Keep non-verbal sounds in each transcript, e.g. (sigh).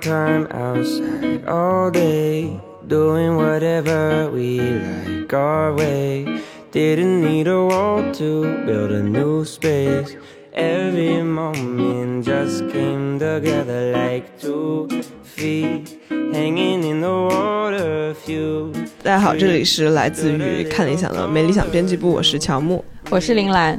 time outside all day, doing whatever we like our way. Didn't need a wall to build a new space. Every moment just came together like two feet hanging in the water. Few 大家好，这里是来自于看理想的没理想编辑部，我是乔木。我是林兰，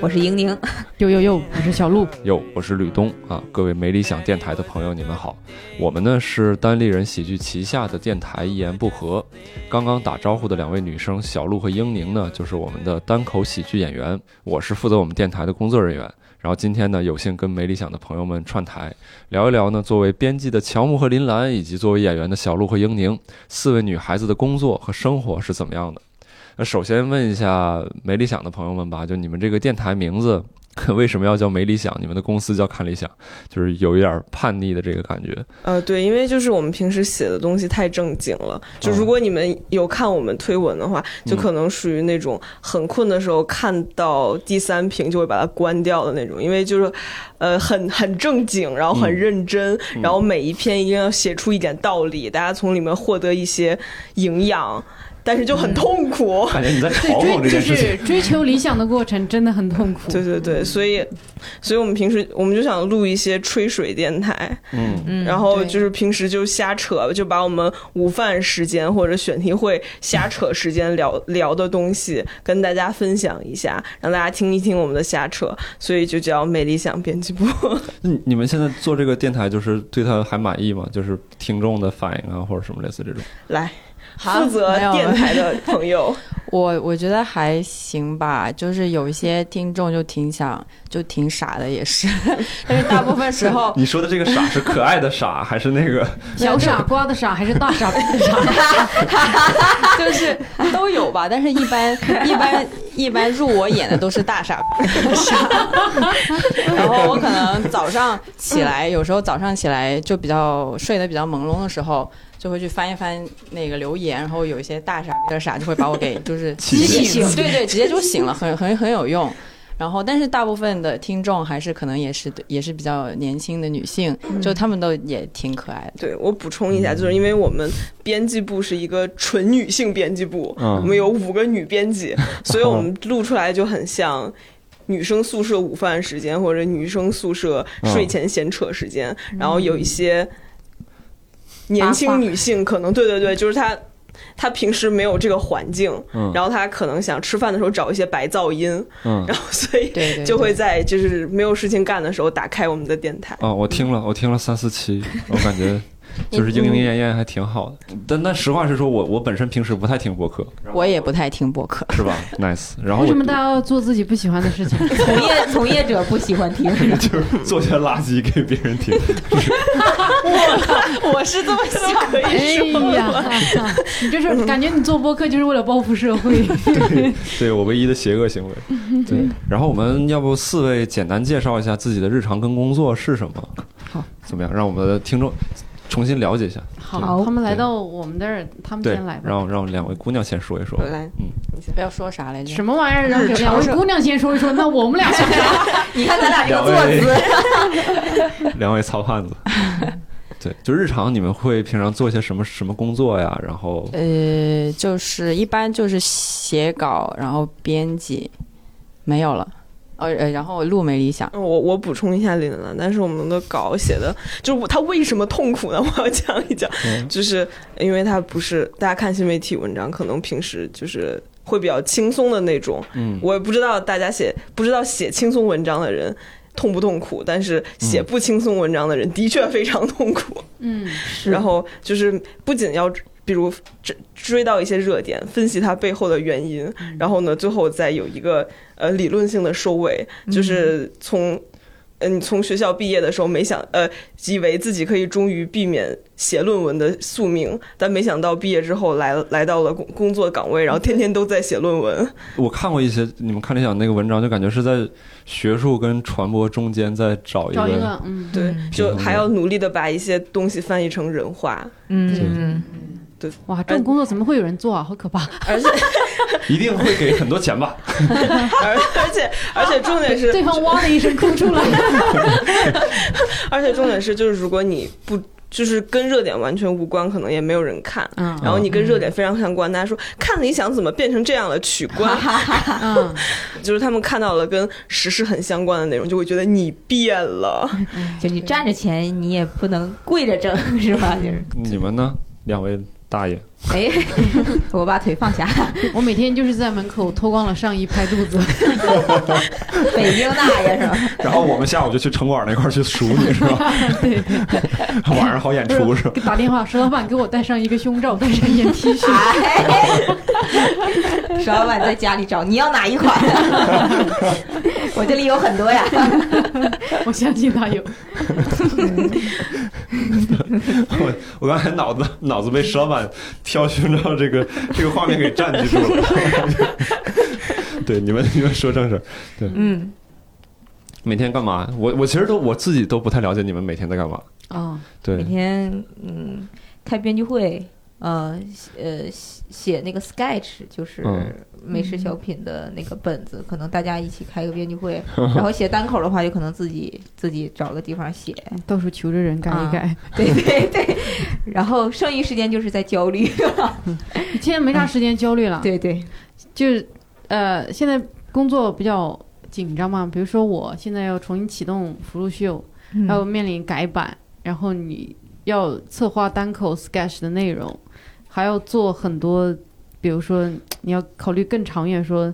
我是莹 (laughs) 宁，呦呦呦，我是小鹿，哟，我是吕东啊，各位没理想电台的朋友，你们好。我们呢是单立人喜剧旗下的电台一言不合。刚刚打招呼的两位女生小鹿和英宁呢，就是我们的单口喜剧演员，我是负责我们电台的工作人员。然后今天呢，有幸跟没理想的朋友们串台，聊一聊呢，作为编辑的乔木和林兰，以及作为演员的小鹿和英宁，四位女孩子的工作和生活是怎么样的。那首先问一下没理想的朋友们吧，就你们这个电台名字 (laughs) 为什么要叫没理想？你们的公司叫看理想，就是有一点叛逆的这个感觉。呃，对，因为就是我们平时写的东西太正经了，就嗯如果你们有看我们推文的话，就嗯可能属于那种很困的时候看到第三屏就会把它关掉的那种，因为就是，呃，很很正经，然后很嗯认真，然后每一篇一定要写出一点道理，大家从里面获得一些营养，但是就很痛苦。感觉你在嘲对追就是追求理想的过程真的很痛苦。对对对，所以，所以我们平时我们就想录一些吹水电台，嗯，嗯然后对就是平时就瞎扯，就把我们午饭时间或者选题会瞎扯时间聊聊的东西跟大家分享一下，让大家听一听我们的瞎扯，所以就叫美理想编辑部。 (laughs) 你你们现在做这个电台，就是对它还满意吗？就是听众的反应啊，或者什么类似这种。来，好负责没有电台的朋友，我我觉得还行吧，就是有一些听众就挺想就挺傻的，也是， (laughs) 但是大部分时候你说的这个傻是可爱的傻，还是那个？小傻瓜的傻还是大傻瓜的傻？就是都有吧，但是一般一般一般入我眼的都是大傻逼然后我可能早上起来，有时候早上起来就比较睡得比较朦胧的时候，就会去翻一翻那个留言，然后有一些大傻逼的傻就会把我给就是气醒对对，直接就醒了，很很很有用。然后，但是大部分的听众还是可能也是也是比较年轻的女性，就她们都也挺可爱的。对我补充一下，就是因为我们编辑部是一个纯女性编辑部，嗯我们有五个女编 (laughs) 辑，所以我们录出来就很像。女生宿舍午饭时间，或者女生宿舍嗯睡前闲扯时间，嗯然后有一些年八轻卦女性可能对对对，就是她，她平时没有这个环境，嗯然后她可能想吃饭的时候找一些白噪音， (laughs) 嗯然后所以对对对就会在就是没有事情干的时候打开我们的电台。啊，我听了，我听了三四期，我感 (laughs) 觉就是莺莺燕燕还挺好的。但但实话实说，我我本身平时不太听播客，我也不太听播客，是吧？Nice。然后为我什么大家要做自己不喜欢 (laughs) 的事情？从业从业者不喜欢听。就是做些垃圾给别人听？我是这么想的。哎 (laughs) 呀，你这是感觉你做播客就是为了报复社 (laughs) 会。对我唯一的邪恶行为。对，然后我们要不四位简单介绍一下自己的日常跟工作是什么？好，怎么样？让我们的听众重新了解一下。好，他们来到我们这儿，他们对先来，吧。让让两位姑娘先说一说。嗯来， (laughs) 不要说啥来着。什么玩意儿？ (laughs) 让两位姑娘先说一说，那我们俩想 (laughs) 啥？你看咱俩两位，两位 (laughs) 糙汉子。对，就日常你们会平常做些什么什么工作呀？然后呃，就是一般就是写稿，然后编辑，没有了。呃呃，然后路没理想，我我补充一下林兰，但是我们的稿写的，就是我他为什么痛苦呢？ (laughs) 我要讲一讲，(laughs) 嗯就是因为他不是大家看新媒体文章，可能平时就是会比较轻松的那种。嗯我也不知道大家写不知道写轻松文章的人痛不痛苦，但是嗯写不轻松文章的人的确非常痛苦。嗯，然后就是不仅要比如追追到一些热点，分析它背后的原因，嗯然后呢，最后再有一个呃理论性的收尾，嗯就是从。呃你从学校毕业的时候没想，呃，以为自己可以终于避免写论文的宿命，但没想到毕业之后来来到了工工作岗位，然后天天都在写论文。嗯我看过一些你们看理想那个文章，就感觉是在学术跟传播中间在找一找一个。个嗯，对，平就衡还的 (laughs) 要努力的把一些东西翻译成人话。嗯，哇，这种工作怎么会有人做啊？好可怕！而且一定会给很多钱吧？而而且而且重点是，对方哇的一声哭出来。 (laughs) 而且重点是，就是如果你不。就是跟热点完全无关，可能也没有人看。嗯然后你跟热点非常相关，大家说看理想怎么变成这样了，取关，嗯，就是他们看到了跟时事很相关的内容，就会觉得你变了。嗯 (laughs) 就你站着钱，你也不能跪着挣， (laughs) 是吧？就是，你们呢，两位大爷？哎， (laughs) 我把腿放下。 (laughs) 我每天就是在门口脱光了上衣拍肚子，北京大爷是吧？然后我们下午就去城管那块儿去数你是吧？ (laughs) 对，晚上好演出是吧？给打电话，石老板给我带上一个胸罩，带上一件 T (laughs) 恤。哎， (laughs) 石老板在家里找，你要哪一款？ (laughs) 我这里有很多呀。我相信他有。我我刚才脑子脑子被蛇板挑寻到这个这个画面给占据住了。对，你们你们说正事儿。对，嗯，每天干嘛？我我其实都我自己都不太了解你们每天在干嘛。哦，每对，天嗯开编剧会，呃呃写写那个 sketch，就是嗯美食小品的那个本子，可能大家一起开个编剧会， (laughs) 然后写单口的话，就可能自己自己找个地方写， (laughs) 到处求着人改一改。对对对，然后剩余时间就是在焦虑， (laughs) 你现在没啥时间焦虑了，，对对，就是呃，现在工作比较紧张嘛。比如说，我现在要重新启动福禄秀，嗯还有面临改版，然后你要策划单口 sketch 的内容，还要做很多，比如说你要考虑更长远，说，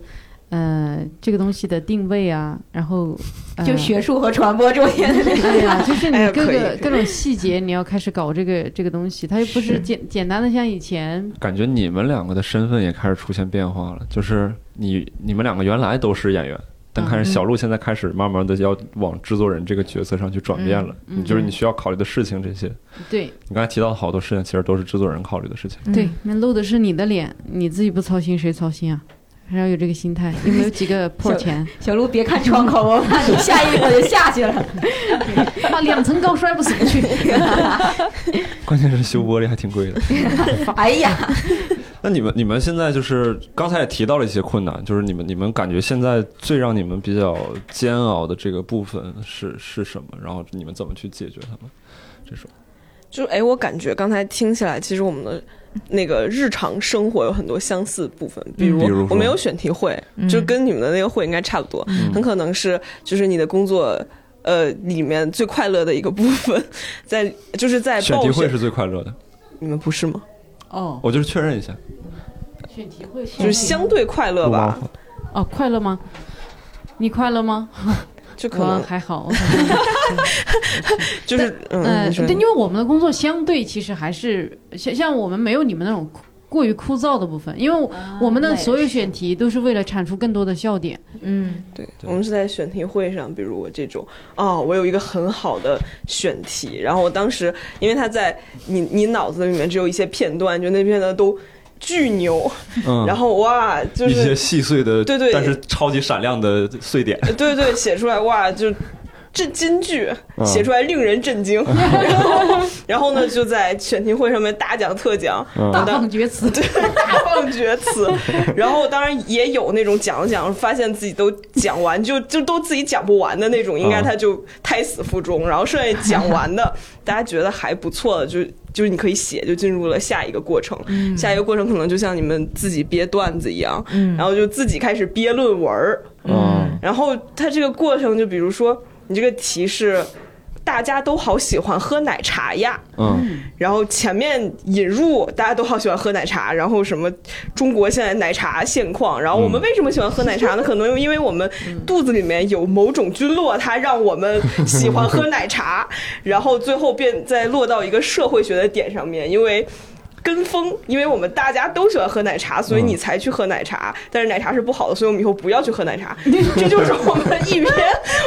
呃，这个东西的定位啊，然后、呃、就学术和传播中间的那对呀、就是你哎呀各可以个、可以各种细节，你要开始搞这个这个东西，它又不是是简简单的像以前，感觉你们两个的身份也开始出现变化了。就是你你们两个原来都是演员，但嗯开始小鹿现在开始慢慢的要往制作人这个角色上去转变了。嗯你就是你需要考虑的事情这些，对你刚才提到的好多事情其实都是制作人考虑的事情。 (laughs) 对，那露的是你的脸，你自己不操心谁操心啊？还要有这个心态，有没有几个破钱？小鹿别看窗口，我怕你下一秒就下去 (laughs) 了。啊，两层高摔不死不去。关键是修玻璃还挺 (laughs) 贵的。哎呀，那你们你们现在就是刚才也提到了一些困难，就是你们你们感觉现在最让你们比较煎熬的这个部分是是什么？然后你们怎么去解决它们？这种就是哎，我感觉刚才听起来，其实我们的那个日常生活有很多相似部分，比如,、嗯比如说嗯我没有选题会，嗯就跟你们的那个会应该差不多，很可能是就是你的工作。呃，里面最快乐的一个部分，在就是哎在选报题会是最快乐的，你们不是吗？哦，我就是确认一 (laughs) 下，选题会就是相对快乐嗯吧，哦，快乐吗？你快乐吗？就可我能 (laughs) 还好，我可能就是嗯，嗯，你说对，因为我们的工作相对其实还是像像我们没有你们那种枯过于枯燥的部分，因为我们的所有选题啊都是为了产出更多的笑点。嗯，对，我们是在选题会上，比如我这种，哦，我有一个很好的选题，然后我当时，因为他在你你脑子里面只有一些片段，就那片段都巨牛，嗯，然后哇，就一些是细碎的，对对但是超级闪亮的碎点，对对，写出来哇，就这金句嗯写出来令人震惊，然后然后呢就在选题会上面大讲特讲，嗯我大当放厥词，大放厥词，然后当然也有那种讲着讲着发现自己都讲完，就就都自己讲不完的那种，嗯应该他就胎死腹中。然后剩下讲完的，大家觉得还不错的，就就是你可以写，就进入了下一个过程。嗯下一个过程可能就像你们自己憋段子一样，然后就自己开始憋论文儿。嗯，然后它这个过程，就比如说你这个题是大家都好喜欢喝奶茶呀，嗯，然后前面引入大家都好喜欢喝奶茶，然后什么中国现在奶茶现况，然后我们嗯为什么喜欢喝奶茶呢？可能因为我们肚子里面有某种菌落，它让我们喜欢喝奶茶， (laughs) 然后最后便再落到一个社会学的点上面，因为。跟风，因为我们大家都喜欢喝奶茶，所以你才去喝奶茶。但是奶茶是不好的，所以我们以后不要去喝奶茶。这就是我们一篇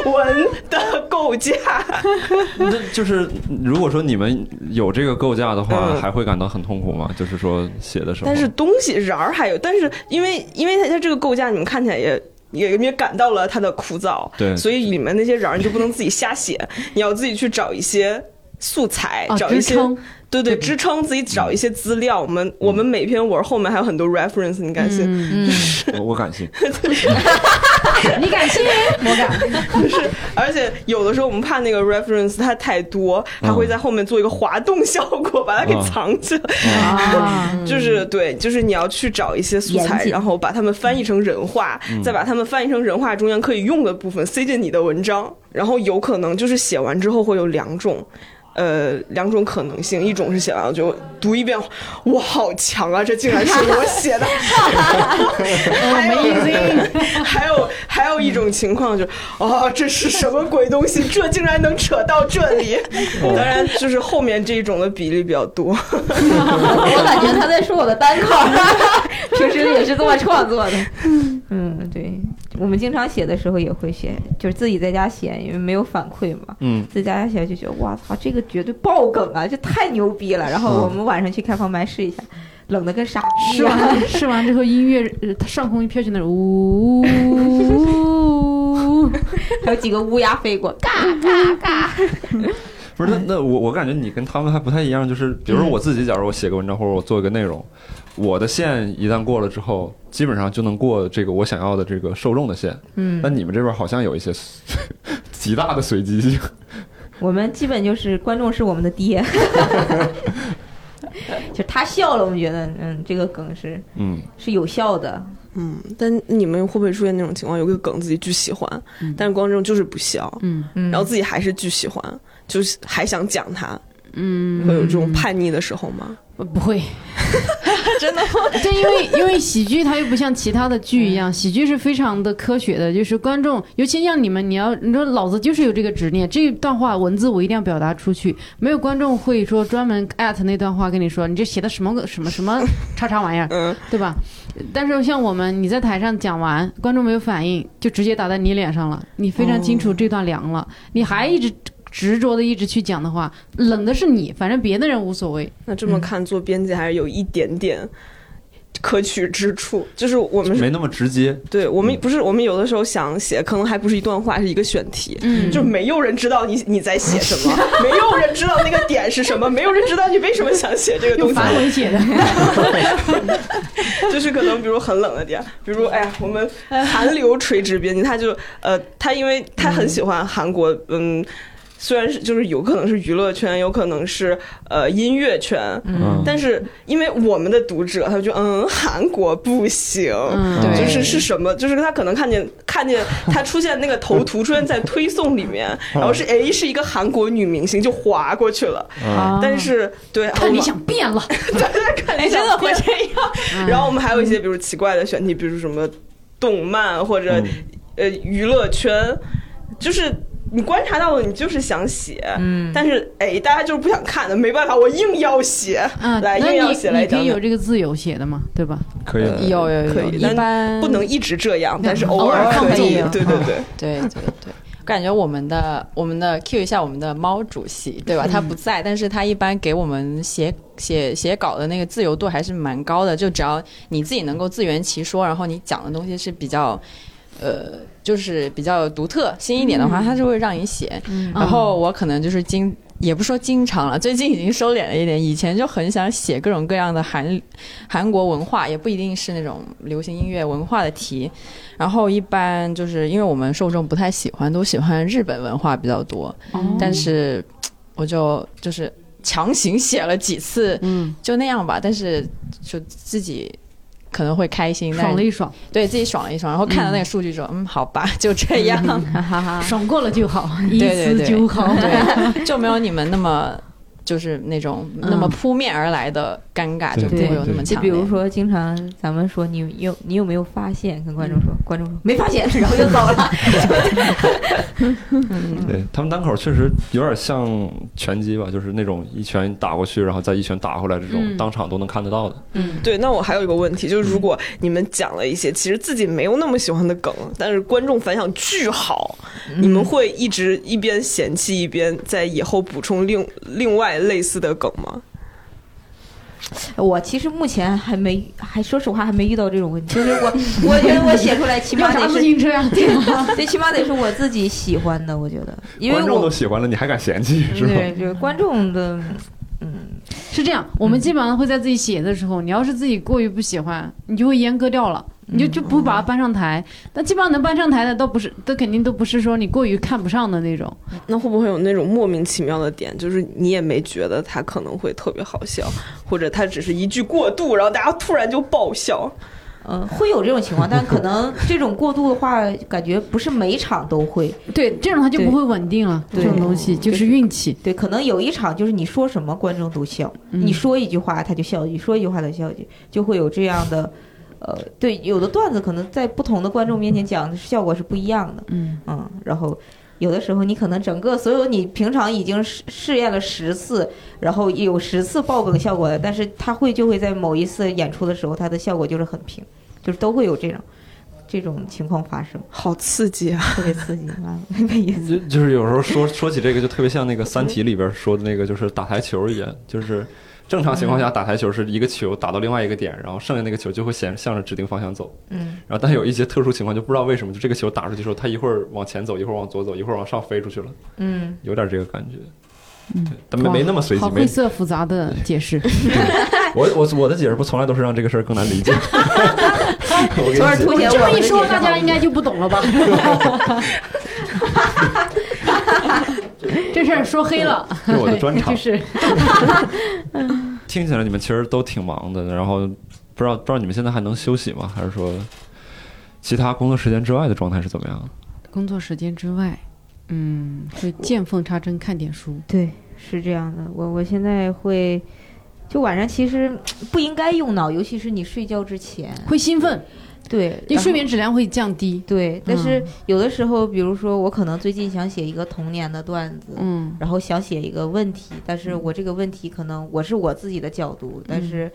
文的构架。那就是如果说你们有这个构架的话，嗯还会感到很痛苦吗？就是说写的时候，但是东西瓤儿还有，但是因为因为它它这个构架，你们看起来也。也也感到了它的枯燥，对所以里面那些瓤儿你就不能自己瞎写，你要自己去找一些素材，啊，找一支些撑对对支撑自己找一些资料。我们我们每篇文后面还有很多 reference，你敢信？嗯嗯，我我感 (laughs) 谢，你敢信？ (laughs) 我敢。而且有的时候我们怕那个 reference 它太多，它会在后面做一个滑动效果，把它给藏起来。啊，就是对，就是你要去找一些素嗯严材，谨然后把它们翻译成人话，再把它们翻译成人话中间可以用的部分塞进你的文章，然后有可能就是写完之后会有两种。呃，两种可能性，一种是写完我就读一遍，哇，好强啊！这竟然是我 (laughs) 写的，还有还有还有一种情况就是，哦，这是什么鬼东西？这竟然能扯到这里？当然，就是后面这种的比例比较多。我感觉他在说我的单口， (laughs) 平时也是这么创作的。嗯，对，我们经常写的时候也会写，就是自己在家写，因为没有反馈嘛。嗯，自己在家写就觉得哇操，这个绝对爆梗啊，这太牛逼了。然后我们晚上去开放麦试一下，冷的跟傻逼 (laughs) 一试样。完试完之后，音乐呃它上空一飘起那种呜，还有几个乌鸦飞过，嘎不是那那我我感觉你跟他们还不太一样，就是比如说我自己，假如我写个文章或者我做一个内容，我的线一旦过了之后，基本上就能过这个我想要的这个受众的线。嗯但你们这边好像有一些 (laughs) 极大的随机性。我们基本就是观众是我们的 (laughs) 爹，就他笑了，我们觉得嗯，这个梗是嗯，是有效的。嗯，但你们会不会出现那种情况，有个梗自己巨喜欢，但是观众就是不笑，嗯嗯，然后自己还是巨喜欢，就是还想讲它，嗯，会有这种叛逆的时候吗？不不会， (laughs) 真的 (laughs) 吗？对，嗯因为因为喜剧它又不像其他的剧一样，喜剧是非常的科学的，就是观众，尤其像你们，你要你说老子就是有这个执念，这一段话文字我一定要表达出去，没有观众会说专门艾特那段话跟你说你这写的什么个什么什 (laughs) 么叉叉玩意儿，嗯，对吧？但是像我们，你在台上讲完，观众没有反应，就直接打在你脸上了。你非常清楚这段凉了，你还一直执着的一直去讲的话，冷的是你，反正别的人无所谓。那这么看，做编辑还是有一点点可取之处，就是我们是没那么直接。对我们嗯不是我们有的时候想写，可能还不是一段话，是一个选题，嗯就没有人知道你你在写什 (laughs) 么，没有人知道那个点是什么，没有人知道你为什么想写这个东用 (laughs) 西，法文写的，就是可能比如很冷的点，比如哎呀，我们韩流垂直编辑，他就呃，他因为他很喜欢韩国，嗯。虽然是就是有可能是娱乐圈，有可能是呃音乐圈，嗯，但是因为我们的读者，他就嗯韩国不行，嗯，对就是是什么？就是他可能看见看见他出现那个头图出现在推送里面，然后是诶是一个韩国女明星就划过去了，啊但是对，哦看理我们想变了， (laughs) (laughs) 看理哎，想真的会这样。嗯然后我们还有一些比如奇怪的选题，比如什么动漫或者、呃娱乐圈，就是你观察到了，你就是想写，嗯但是哎大家就是不想看的，没办法，我硬要写，嗯，来那硬要写你来你可讲以有讲。这个自由写的嘛，对吧？可以的。有有呃可有，以一但般不能一直这样，但是嗯偶尔偶尔可可以以，对对对，对对对，我感觉我们的我们的 Q 一下我们的猫主席，对吧？嗯他不在，但是他一般给我们写写写稿的那个自由度还是蛮高的，就只要你自己能够自圆其说，然后你讲的东西是比较，呃，就是比较独特新一点的话，他就会让你写。然后我可能就是经。也不说经常了，最近已经收敛了一点。以前就很想写各种各样的韩韩国文化，也不一定是那种流行音乐文化的题，然后一般就是因为我们受众不太喜欢，都喜欢日本文化比较多，哦但是我就就是强行写了几次，嗯，就那样吧。但是就自己可能会开心，但爽了一爽，对自己爽了一爽，然后看到那个数据说，嗯好吧，就这样，哈哈 (laughs) 哈。 (laughs) 爽过了就好，嗯一 (laughs) 对丝对就好。对，就没有你们那么。就是那种嗯那么扑面而来的尴尬，就不会有那么就强比烈。如说，经常咱们说你有你有没有发现？跟观众说，观众说没发现， (laughs) 然后就走了。嗯对他们单口确实有点像拳击吧，就是那种一拳打过去，然后再一拳打回来这种，嗯当场都能看得到的。对，那我还有一个问题，就是如果你们讲了一些其实自己没有那么喜欢的梗，但是观众反响巨好，你们会一直一边嫌弃一边在以后补充另另外类似的梗吗？我其实目前还没，还说实话还没遇到这种问题。就是我，我觉得我写出来起有码啥得事是，情这样？最起码得是我自己喜欢的。我觉得，因为观众都我喜欢了，你还敢嫌弃是吧？对，就是观众的，嗯，是这样，我们基本上会在自己写的时候，你要是自己过于不喜欢，你就会阉割掉了，你就就不把它搬上台。但基本上能搬上台的，都不是，都肯定都不是说你过于看不上的那种。那会不会有那种莫名其妙的点，就是你也没觉得他可能会特别好笑，或者他只是一句过度，然后大家突然就爆笑？呃，会有这种情 (laughs) 况，但可能这种过度的话，感觉不是每场都会。对，这种它就对不会稳定了。这对种东西就是运气。对，可能有一场就是你说什么观众都笑，嗯你说一句话他就笑一句，说一句话他笑一句，就会有这样的，呃，对，有的段子可能在不同的观众面前讲的效果是不一样的，嗯，嗯，然后有的时候你可能整个所有你平常已经试试验了十次，然后有十次爆梗效果的，但是他会就会在某一次演出的时候，他的效果就是很平，就是都会有这种这种情况发生，好刺激啊！特别刺激， (laughs) 啊，没意思。就就是有时候说说起这个，就特别像那个《三体》里边说的那个，就是打台球一样，就是正常情况嗯下打台球是一个球打到另外一个点，然后剩下那个球就会向向着指定方向走。嗯，然后但有一些特殊情况，就不知道为什么，就这个球打出去的时候，它一会儿往前走，一会儿往左走，一会儿往上飞出去了，嗯，有点这个感觉。嗯对，但没没那么随好机，晦没涩复杂的解释。我我我的解释不从来都是让这个事儿更难理解。我从 (laughs) 而凸显跟你这我么们的一说，解释大好家不应该就不懂 (laughs) 了吧？这事儿说黑了，这 (laughs) 是我的专长 (laughs) 就是听起来你们其实都挺忙的，然后不知道不知道你们现在还能休息吗？还是说其他工作时间之外的状态是怎么样？工作时间之外，嗯，会见缝插针看点书。对，是这样的。我我现在会，就晚上其实不应该用脑，尤其是你睡觉之前。会兴奋，对，你然睡后眠嗯质量会降低。对，但是有的时候，比如说我可能最近想写一个童年的段子，嗯，然后想写一个问题，但是我这个问题可能我是我自己的角度，但嗯是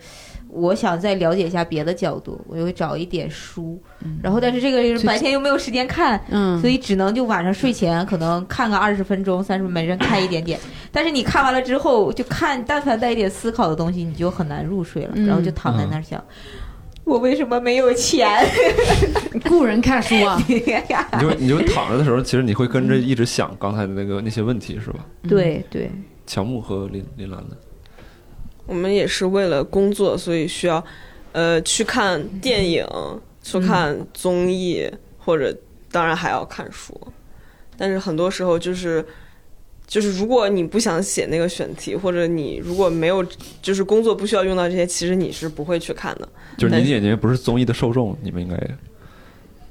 我想再了解一下别的角度，我就会找一点书，嗯然后但是这个就白天又没有时间看，嗯，所以只能就晚上睡前可能看个二十分钟、三十分钟，每人看一点点。但是你看完了之后，就看但凡带一点思考的东西，你就很难入睡了，嗯然后就躺在那儿想。我为什么没有钱？雇人看书 (laughs) 啊，你就你就躺着的时候，其实你会跟着一直想刚才的那个那些问题是吧？对对，乔木和林林兰的，我们也是为了工作，所以需要，呃，去看电影，去看综艺，或者当然还要看书。但是很多时候就是，就是如果你不想写那个选题，或者你如果没有，就是工作不需要用到这些，其实你是不会去看的。就是你的眼睛不是综艺的受众，你们应该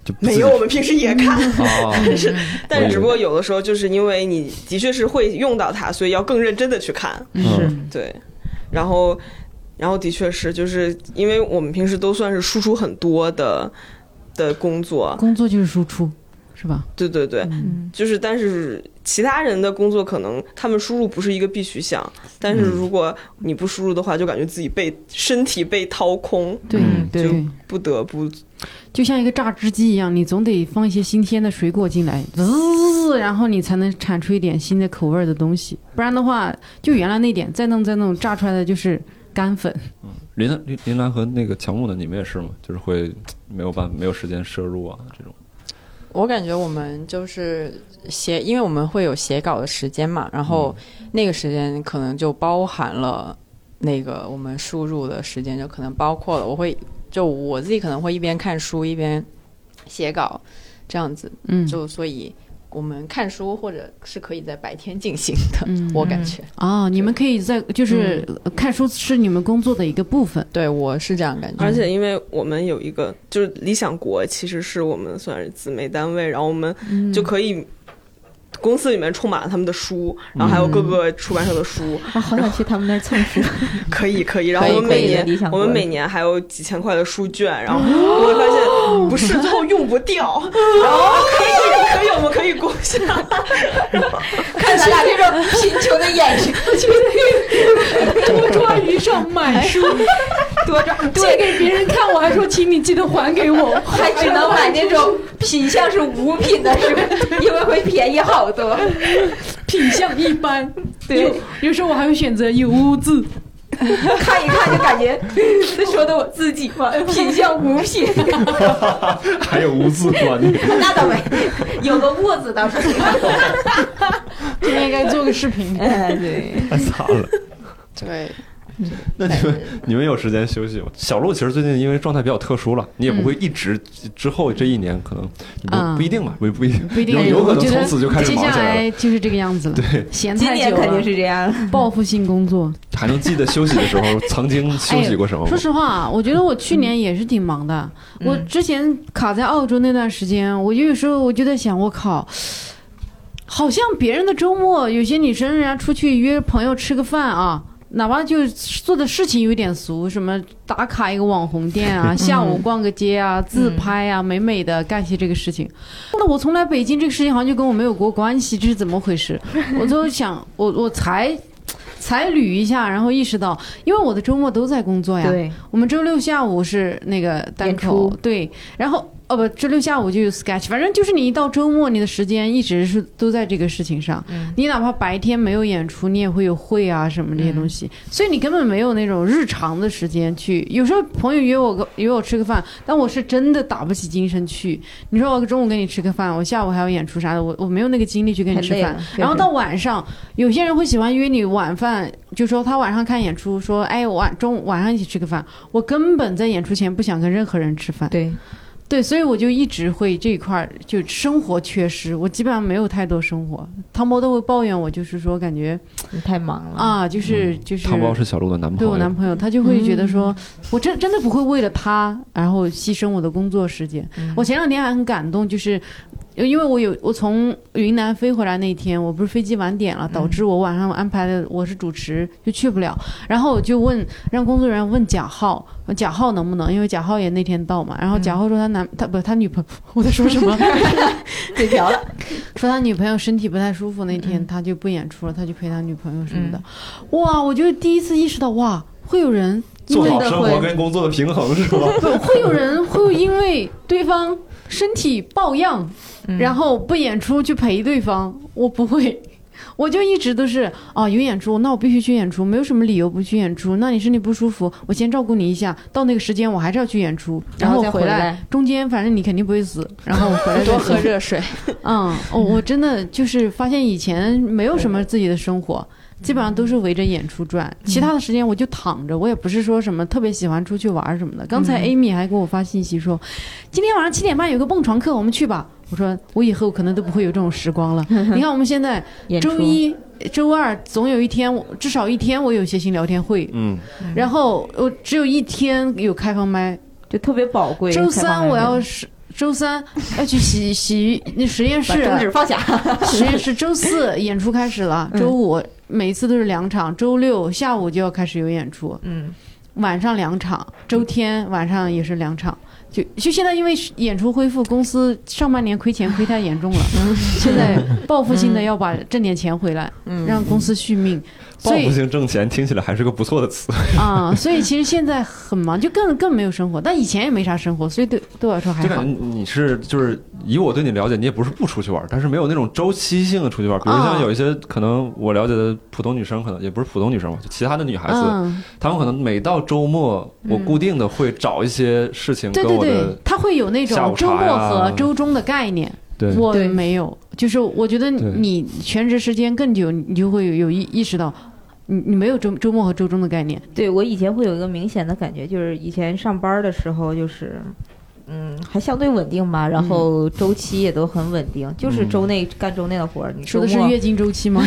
就不没 (laughs) 自有，我们平时也看，啊，但是只不过有的时候就是因为你的确是会用到它，所以要更认真的去看。是对，然后，然后的确是，就是因为我们平时都算是输出很多的的工作，工作就是输出，是吧？对对嗯对，就是但是其他人的工作可能他们输入不是一个必须项，但是如果你不输入的话，就感觉自己被身体被掏空，对嗯就对，不得不就像一个榨汁机一样，你总得放一些新鲜的水果进来，滋，然后你才能产出一点新的口味儿的东西，不然的话，就原来那点再弄再弄，榨出来的就是干粉。林兰林林兰和那个乔木的，你们也是吗？就是会没有办法没有时间摄入啊这种。我感觉我们就是写，因为我们会有写稿的时间嘛，然后嗯那个时间可能就包含了那个我们输入的时间，就可能包括了。我会就我自己可能会一边看书一边写稿，这样子，嗯，就所以我们看书或者是可以在白天进行的，嗯我感觉，哦，你们可以在就是嗯看书是你们工作的一个部分。对我是这样感觉，而且因为我们有一个就是理想国，其实是我们算是姊妹单位，然后我们就可以。公司里面充满了他们的书，然后还有各个出版社的书，我好想去他们那儿蹭书。可以可以。然后我们可以每可以的理年想我国们每年还有几千块的书卷，然后我会发现不是最后用不掉，然后可以可以我们可以共享。看咱俩这种贫穷的眼神，多抓鱼上买书，多抓，借对，给别人看，我还说请你记得还给我，还只能买那种品相是五品的书，因为会便宜好多。品相一般。对有，有时候我还会选择有污渍。 (laughs) 看一看就感觉这说的我自己嘛，品相无品，还有无字观念。那倒没，有个“卧”字倒是。这个应该做个视频。 (laughs) 哎，对，太惨了。对， (laughs) 那你们你们有时间休息吗？小鹿其实最近因为状态比较特殊了，你也不会一直、之后这一年可能不嗯不一定吧，不不一定，不一定有有可我能觉从得此就开始接忙下起来了。来就是这个样子了。对，闲今太年久肯定了，是这样。报复性工作。还能记得休息的时候曾经休息过什么吗哎说？实话，我觉得我去年也是挺忙的。嗯我之前卡在澳洲那段时间，我有时候我就在想，我靠，好像别人的周末，有些女生人家出去约朋友吃个饭啊。哪怕就做的事情有点俗，什么打卡一个网红店啊，下午逛个街啊，自拍啊，美美的干些这个事情。那我从来北京这个事情好像就跟我没有过关系，这是怎么回事？我就想，我我才才捋一下，然后意识到，因为我的周末都在工嗯作呀。对，我们周六下午是那个单口演出，对，然后哦不，周六下午就有 sketch，反正就是你一到周末，你的时间一直是都在这个事情上。你哪怕白天没有演出，你也会有会啊什么这些东西，所以你根本没有那种日常的时间去。有时候朋友约我个约我吃个饭，但我是真的打不起精神去。你说我中午跟你吃个饭，我下午还要演出啥的，我我没有那个精力去跟你很吃累啊饭了。确然后实到晚上，有些人会喜欢约你晚饭，就说他晚上看演出，说哎我晚中午晚上一起吃个饭。我根本在演出前不想跟任何人吃饭，对，对，所以我就一直会这一块儿就生活缺失，我基本上没有太多生活。汤包都会抱怨我，就是说感觉你太忙了。啊，就是就是汤包是小鹿的男朋对我友男，朋友，他就会觉得嗯说，我真真的不会为了他，然后牺牲我的工作时间。嗯我前两天还很感动，就是因为我有我从云南飞回来那天，我不是飞机晚点嗯了，导致我晚上安排的我是主持就去不了，然后我就问让工作人员问贾浩，贾浩能不能，因为贾浩也那天到嘛，嗯然后贾浩说他男他不他女朋友，我在说什么？ (laughs) 嘴瓢了，说他女朋友身体不太舒服，那嗯天他就不演出了，他去陪他女朋友什么的。哇，我就第一次意识到，哇，会有人因做为好的生会活跟工作的平衡是吧？不会有人会因为对方身体抱恙，然后不演出去陪对方，我不会。我就一直都是啊，有演出，那我必须去演出，没有什么理由不去演出。那你身体不舒服，我先照顾你一下，到那个时间我还是要去演出，然后后我再回回来，来中间反正你肯定不会死，然后我回来再多说喝热水。嗯，我我真的就是发现以前没有什么自己的生活，基本上都是围着演出转，其他的时间我就躺着，我也不是说什么特别喜欢出去玩儿什么的。刚才 Amy 还给我发信息说，今天晚上七点半有个蹦床课，我们去吧。我说我以后可能都不会有这种时光了。你看我们现在演出周一、周二总有一天，我至少一天我有谐星聊天会，嗯，然后我只有一天有开放麦，就特别宝贵。周采访三人我要是。周三要去洗洗那实验室把，中指放下， (laughs) 实验室周四演出开始了，嗯周五每次都是两场，周六下午就要开始有演出，嗯，晚上两场，周天晚上也是两场。就就现在，因为演出恢复，公司上半年亏钱亏太严 (laughs) 重了，现在报复性的嗯要把挣点钱回来，让公司续命。报所以复性挣钱听起来还是个不错的词。啊、所以其实现在很忙，就更更没有生活。但以前也没啥生活，所以对对我来说还就感好觉。你是就是以我对你了解，你也不是不出去玩儿，但是没有那种周期性的出去玩儿。比如像啊有一些可能我了解的普通女生，可能也不是普通女生吧，就其他的女孩子，嗯，她们可能每到周末，我固定的会找一些事情对跟对我对的，它会有那下午种茶周末呀和周中的概念。对我对没有，就是我觉得对你全职时间更久，你就会有有意意识到，你你没有周周末和周中的概念。对我以前会有一个明显的感觉，就是以前上班的时候就是。嗯，还相对稳定吧，然后周期也都很稳定，就是周内干周内的活儿。你说的周是末月经周期吗？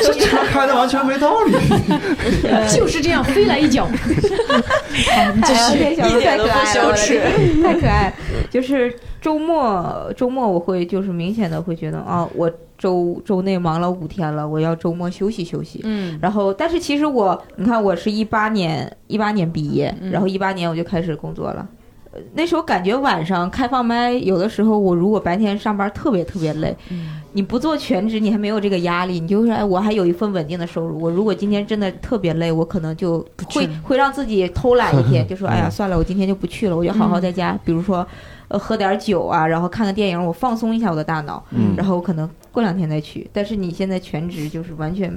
这岔开的完全没道理。就是这样，飞来一脚。 (laughs) 哎呀，这小鹿一太点都可不爱羞了，耻 (laughs) 太可爱了。就是周末，周末我会就是明显的会觉得啊，我周周内忙了五天了，我要周末休息休息。嗯然后，但是其实我，你看，我是一八年一八年毕业，嗯然后一八年我就开始工作了。呃那时候感觉晚上开放麦，有的时候我如果白天上班特别特别累，嗯你不做全职，你还没有这个压力，你就是哎，我还有一份稳定的收入。我如果今天真的特别累，我可能就去会了会让自己偷懒一 (laughs) 天，就说哎呀算了，我今天就不去了，我就好好嗯在家，比如说呃喝点酒啊，然后看个电影，我放松一下我的大脑。嗯然后我可能过两天再去。但是你现在全职就是完全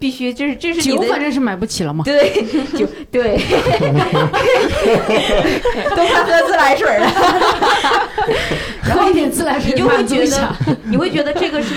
必须，这是这是你酒反的。正是买不起了 (laughs) 嘛。对，就 (laughs) 对，都快喝自来水 (laughs) 了。然后喝一点自来你水就会满足觉一得下。，你会觉得这个是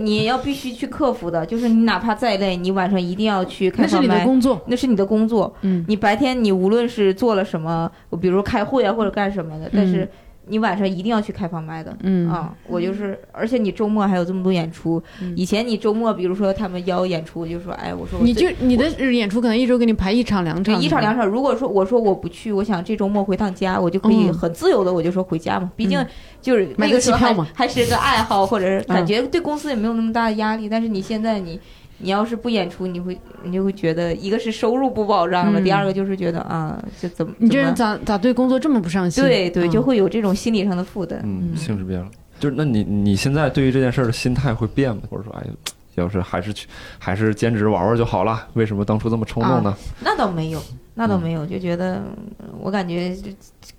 你要必须去克服的，就是你哪怕再累，你晚上一定要去开那是放你的麦，工作，那是你的工作。嗯，你白天你无论是做了什么，比如开会啊或者干什么的，但是你晚上一定要去开放麦的。嗯啊，我就是，而且你周末还有这么多演出。嗯以前你周末，比如说他们邀演出，我就说，哎，我说我你最就你的演出可能一周给你排一场两对场，一场两场，场。如果说我说我不去，我想这周末回趟家，我就可以嗯很自由的，我就说回家嘛。毕竟嗯就是买那个个时候机票还嘛还是个爱好，或者是感嗯觉对公司也没有那么大的压力。但是你现在你你要是不演出，你会你就会觉得一个是收入不保障了，嗯第二个就是觉得啊，这怎么你怎这人么咋咋对工作这么不上心？对对，嗯就会有这种心理上的负担。嗯，性质变了。就是那你你现在对于这件事儿的心态会变吗？或者说，哎，要是还是去还是兼职玩玩就好了，为什么当初这么冲啊动呢？那倒没有，那倒没有，就觉得嗯我感觉就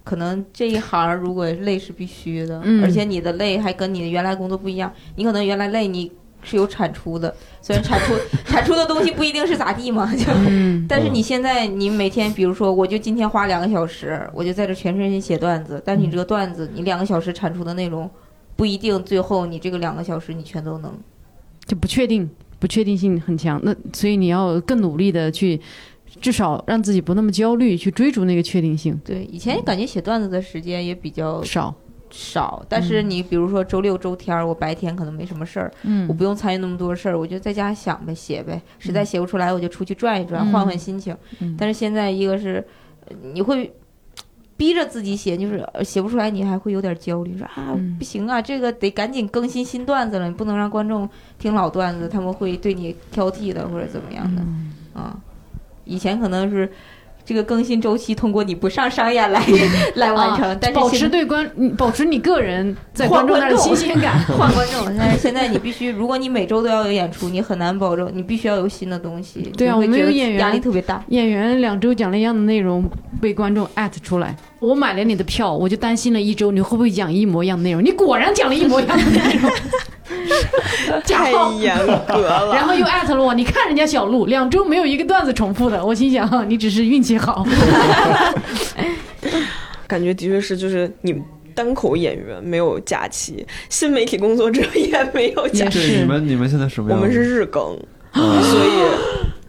可能这一行儿如果累是必须的，嗯而且你的累还跟你的原来工作不一样，你可能原来累你是有产出的，虽然产 (laughs) 出产出的东西不一定是咋地嘛，就。嗯，但是你现在，你每天，比如说，我就今天花两个小时，我就在这全身心写段子。但是你这个段子，你两个小时产出的内容，不一定最后你这个两个小时你全都能。就不确定，不确定性很强。那所以你要更努力的去，至少让自己不那么焦虑，去追逐那个确定性对，以前感觉写段子的时间也比较少。少，但是你比如说周六周天儿，我白天可能没什么事儿，嗯我不用参与那么多事儿，我就在家想呗，写呗，实在写不出来，我就出去转一转，嗯换换心情。嗯但是现在一个是，呃你会逼着自己写，就是呃写不出来，你还会有点焦虑，说啊、嗯不行啊，这个得赶紧更新新段子了，你不能让观众听老段子，他们会对你挑剔的或者怎么样的嗯啊、以前可能是。这个更新周期通过你不上商演来 (laughs) 来完成，啊但是保现在持对观，嗯保持你个人在换观众那儿的观新众 (laughs) 鲜感。换观众，但是现在你必须，如果你每周都要有演出，你很难保证，你必须要有新的东西。 (laughs) 对啊你会我们有觉得演员压力特别大。演员两周讲了一样的内容，被观众艾特出来。我买了你的票，我就担心了一周，你会不会讲一模一样的内容？你果然讲了一模一样的 (laughs) 内容， (laughs) 太严格了。然后又艾特了我。你看人家小鹿，两周没有一个段子重复的。我心想，你只是运气好。感觉的确是，就是你单口演员没有假期，新媒体工作者也没有假也期，对，是你们你们现在什么我样？们是日更，啊所以。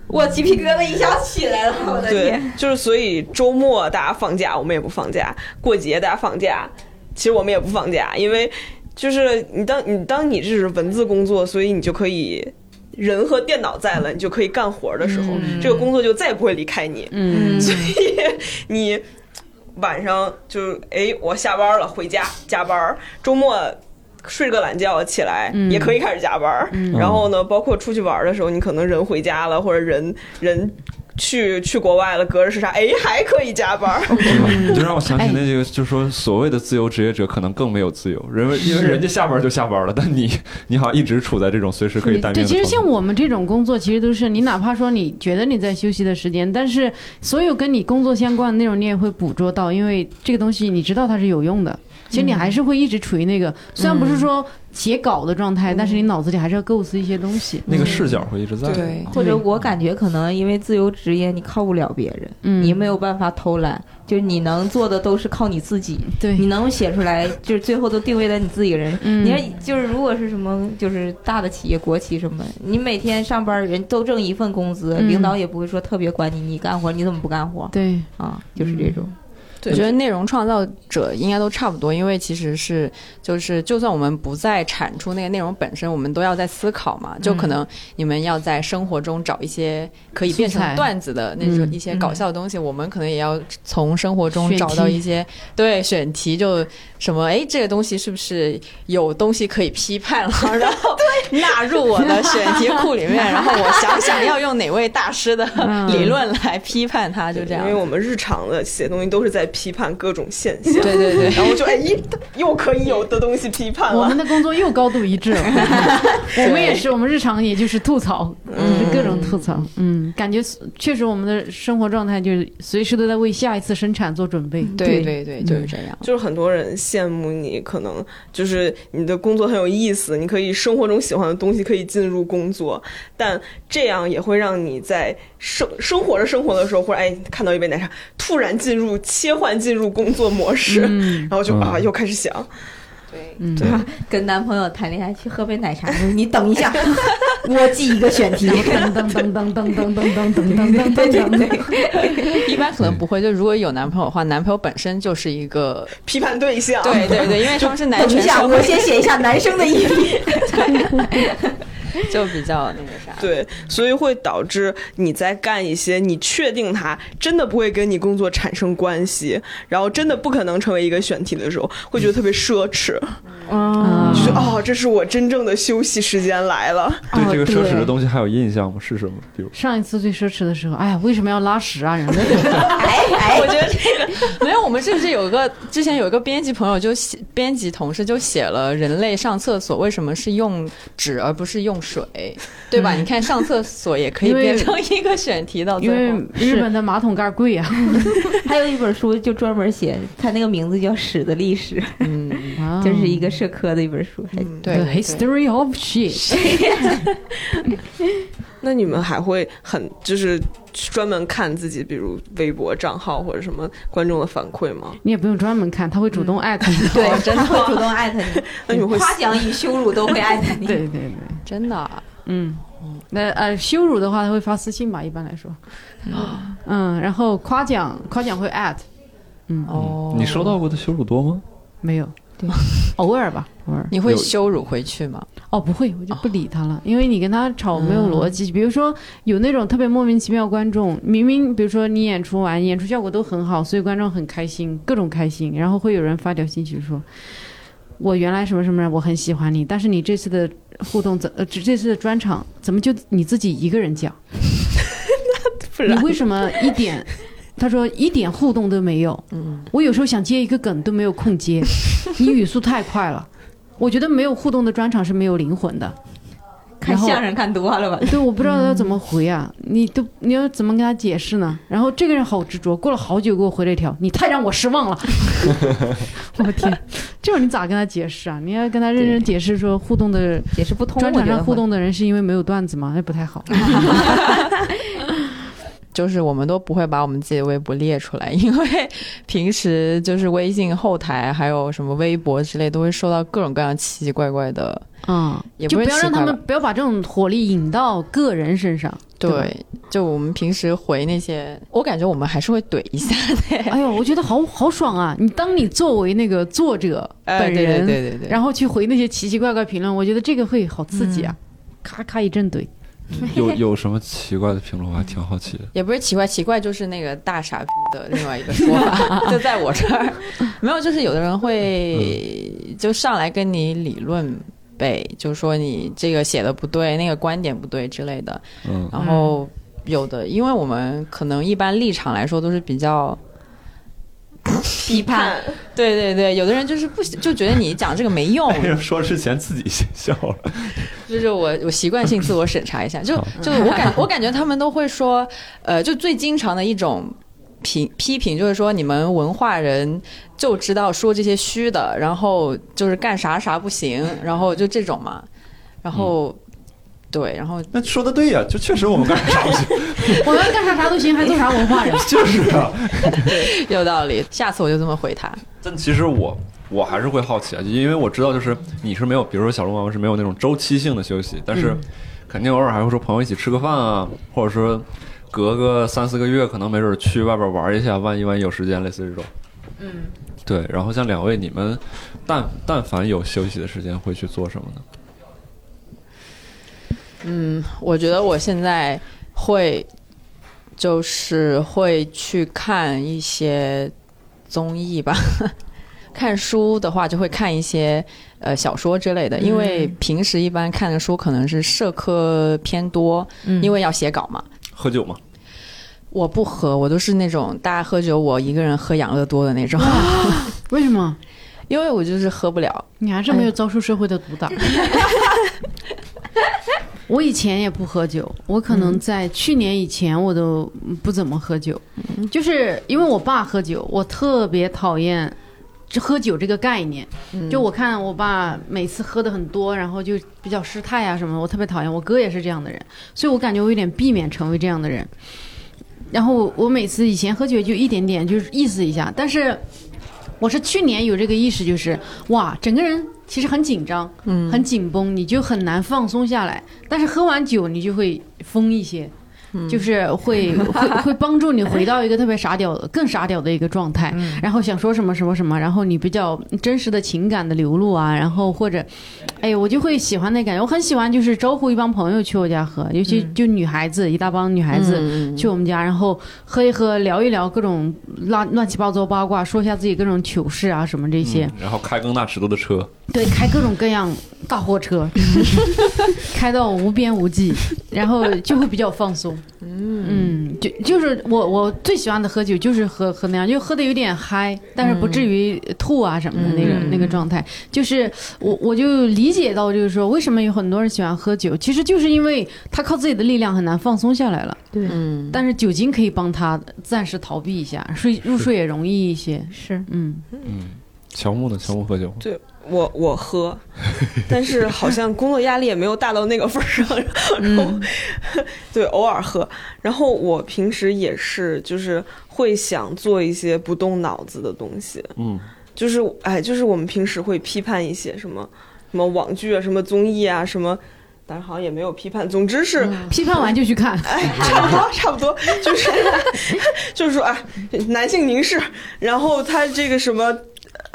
我鸡皮疙瘩一下起来了，我的对 (laughs) 天！，就是所以周末大家放假，我们也不放假；过节大家放假，其实我们也不放假，因为就是你当你当你这是文字工作，所以你就可以。人和电脑在了，你就可以干活儿的时候，这个工作就再也不会离开你。嗯，所以你晚上就是，哎，我下班了，回家加班儿，周末睡个懒觉起来、嗯也可以开始加班儿。嗯然后呢，包括出去玩儿的时候，你可能人回家了，或者人人去去国外了，隔着时差，哎，还可以加班哦儿。嗯你就让我想哎起那个，就是说所谓的自由职业者可能更没有自由，因为因为人家下班就下班了，但你你好像一直处在这种随时可以待命的嗯对，状态。其实像我们这种工作，其实都是你哪怕说你觉得你在休息的时间，但是所有跟你工作相关的内容你也会捕捉到，因为这个东西你知道它是有用的。其实你还是会一直处于那个，虽然不是说写稿的状态，但是你脑子里还是要构思一些东西。那个视角会一直在。对或者我感觉可能因为自由职业，你靠不了别人，嗯，你没有办法偷懒，就是你能做的都是靠你自己。对你，能写出来，就是最后都定位在你自己人。嗯你看，就是如果是什么，就是大的企业、国企什么，你每天上班人都挣一份工资，嗯领导也不会说特别管你，你干活你怎么不干活对，啊？就是这种。我觉得内容创造者应该都差不多，因为其实是就是，就算我们不再产出那个内容本身，我们都要在思考嗯嘛。就可能你们要在生活中找一些可以变素材成段子的那种嗯一些搞笑的东西，我们可能也要从生活中选找到题一些对选题，就什么哎，这个东西是不是有东西可以批判 (laughs) 了，然后纳入我的选题库里面，然后我想想要用哪位大师的嗯理论来批判它，就这样因为。我们日常的写东西都是在批判各种现象， (laughs) 对对对，然后就哎一又可以有的东西批判我了们，的工作又高度一 (laughs) 致了，我们也是，我们日常也就是吐槽，就是各种吐槽，嗯，感觉确实我们的生活状态就是随时都在为下一次生产做准备，对对对，就是嗯这样。就是很多人羡慕你，可能就是你的工作很有意思，你可以生活中喜欢的东西可以进入工作，但这样也会让你在生生活着生活的时候，或者哎看到一杯奶茶，突然进入切换进入工作模式，然后就嗯啊又开始想，对，嗯，对跟男朋友谈恋爱去喝杯 (laughs) 奶茶，你等一下，我记一个选题。噔噔噔噔噔噔噔噔噔噔噔噔噔，一般可能不会，就如果有男朋友的话，男朋友本身就是一个，批判对象， (laughs) 对对对，因为他们是男等一权下， (laughs) 社我会，先写一下男生的意义。 (laughs) 就比较那个啥。 (laughs) 对，所以会导致你在干一些你确定它真的不会跟你工作产生关系，然后真的不可能成为一个选题的时候，会觉得特别奢侈，嗯啊就是哦，这是我真正的休息时间来了。哦对这个奢侈的西。东西还有印象吗？是什么？比如上一次最奢侈的时候，哎呀，为什么要拉屎啊？人类 (laughs) 哎哎，我觉得这 (laughs) 个没有，我们甚至有个之前有一个编辑朋友就写，编辑同事就写了人类上厕所为什么是用纸而不是用水，对吧？你看上厕所也可以因为变成一个选题到因最为后。日本的马桶盖贵啊。 (laughs) 还有一本书就专门写，它那个名字叫《屎的历史》，嗯，就是一个社科的一本书。还对 The history of shit。那你们还会很就是专门看自己，比如微博账号或者什么观众的反馈吗？你也不用专门看，他会主动艾特你。对，真的哎会主动艾特 (laughs) 那你们你，会夸奖与羞辱都会艾特你。对对对，真的啊嗯。那呃，羞辱的话，他会发私信吧，一般来说。嗯，然后夸奖，夸奖会 at，哦，你收到过的羞辱多 (laughs) 吗？没有，对， (laughs) 偶尔吧，偶尔。你会有羞辱回去吗？哦，不会，我就不理他了，因为你跟他吵没有逻辑。比如说有那种特别莫名其妙观众，明明比如说你演出完，演出效果都很好，所以观众很开心，各种开心，然后会有人发条信息说。我原来什么什么人，我很喜欢你，但是你这次的互动怎呃，这这次的专场怎么就你自己一个人讲？不你然为什么一点？他说一点互动都没有。嗯，我有时候想接一个梗都没有空接，你语速太快了。我觉得没有互动的专场是没有灵魂的。 (laughs) 看然后相声看多了吧？对，我不知道要怎么回啊，嗯你都你要怎么跟他解释呢？然后这个人好执着，过了好久给我回了一条，你太让我 (laughs) 失望了。我天，这种你咋跟他解释啊？你要跟他认真解释说互动的解释不通，专我场觉得上会互动的人是因为没有段子吗？那不太好。就是我们都不会把我们自己的微博列出来， (laughs) 因为平时就是微信后台还有什么微博之类，都会收到各种各样奇奇怪怪的。嗯，也就不是不要奇让怪他们吧不要把这种火力引到个人身上。对吧对，就我们平时回那些，我感觉我们还是会怼一下的。 (laughs) 哎呦，我觉得好好爽啊！你当你作为那个作者 (laughs) 哎本对人，对对对对然后去回那些奇奇怪怪评论，我觉得这个会好刺激啊！咔咔一阵怼，有有什么奇怪的评论？我还挺好奇的。也不是奇怪，奇怪就是那个大傻逼的另外一个说 (laughs) 法，就在我这儿，没有，就是有的人嗯会就上来跟你理论呗，就说你这个写的不对，那个观点不对之类的，嗯，然后有的，因为我们可能一般立场来说都是比较，批判，对对对，有的人就是不喜就觉得你讲这个没用， (laughs) 说之前自己先笑了。 (laughs) 就是我我习惯性自我审查一下，就好就我感我感觉他们都会说，呃，就最经常的一种。评批评就是说，你们文化人就知道说这些虚的，然后就是干啥啥不行，然后就这种嘛，然后、对，然后那说的对呀、就确实我们干啥 (laughs) 不行，我们干啥啥都行，还做啥文化人？就是啊。有道理，下次我就这么回他。但其实我我还是会好奇啊，因为我知道就是你是没有，比如说小鹿妈妈是没有那种周期性的休息，但嗯是肯定偶尔还会说朋友一起吃个饭啊，或者说隔个三四个月，可能没准去外边玩一下，万一万一有时间，类似这种。嗯，对。然后像两位，你们但但凡有休息的时间，会去做什么呢？我觉得我现在会，就是会去看一些综艺吧。 (laughs) 看书的话，就会看一些呃小说之类的，因为平时一般看的书可能是社科偏多，因为要写稿嘛。喝酒吗？我不喝，我都是那种大家喝酒我一个人喝养乐多的那种，为什么？因为我就是喝不了。你还是没有遭受社会的毒打。我以前也不喝酒，我可能在去年以前我都不怎么喝酒，就是因为我爸喝酒，我特别讨厌这喝酒这个概念。就我看我爸每次喝的很多，然后就比较失态啊什么的，我特别讨厌。我哥也是这样的人，所以我感觉我有点避免成为这样的人。然后我每次以前喝酒就一点点，就是意思一下，但是我是去年有这个意识，就是哇，整个人其实很紧张，嗯，很紧绷，你就很难放松下来。但是喝完酒，你就会疯一些，就是会会会帮助你回到一个特别傻屌、更傻屌的一个状态。然后想说什么什么什么，然后你比较真实的情感的流露啊，然后或者，哎呀，我就会喜欢那感觉。我很喜欢就是招呼一帮朋友去我家喝，尤其就女孩子，一大帮女孩嗯子。去我们家，然后喝一喝，聊一聊各种乱乱七八糟八卦，说一下自己各种糗事啊什么这些。嗯然后开更大尺度的车，对，开各种各样大货车， (laughs) 开到无边无际，然后就会比较放松。嗯，就就是我我最喜欢的喝酒就是喝喝那样，就喝的有点嗨，但是不至于吐啊什么的那个、那个状态。就是我我就理解到，就是说为什么有很多人喜欢喝酒，其实就是因为他靠自己的力量很难放松下来了。对嗯。但是酒精可以帮他暂时逃避一下，睡入睡也容易一些。是嗯，嗯，乔木呢？乔木喝酒吗？对我我喝，但是好像工作压力也没有大到那个份儿上，然后、 (laughs) 对偶尔喝。然后我平时也是，就是会想做一些不动脑子的东西，嗯，就是哎，就是我们平时会批判一些什么什么网剧啊、什么综艺啊、什么，当然好像也没有批判，总之是、嗯批判完就去看。哎，差不多，差不多，就是 (laughs) 就是说啊，男性凝视，然后他这个什么。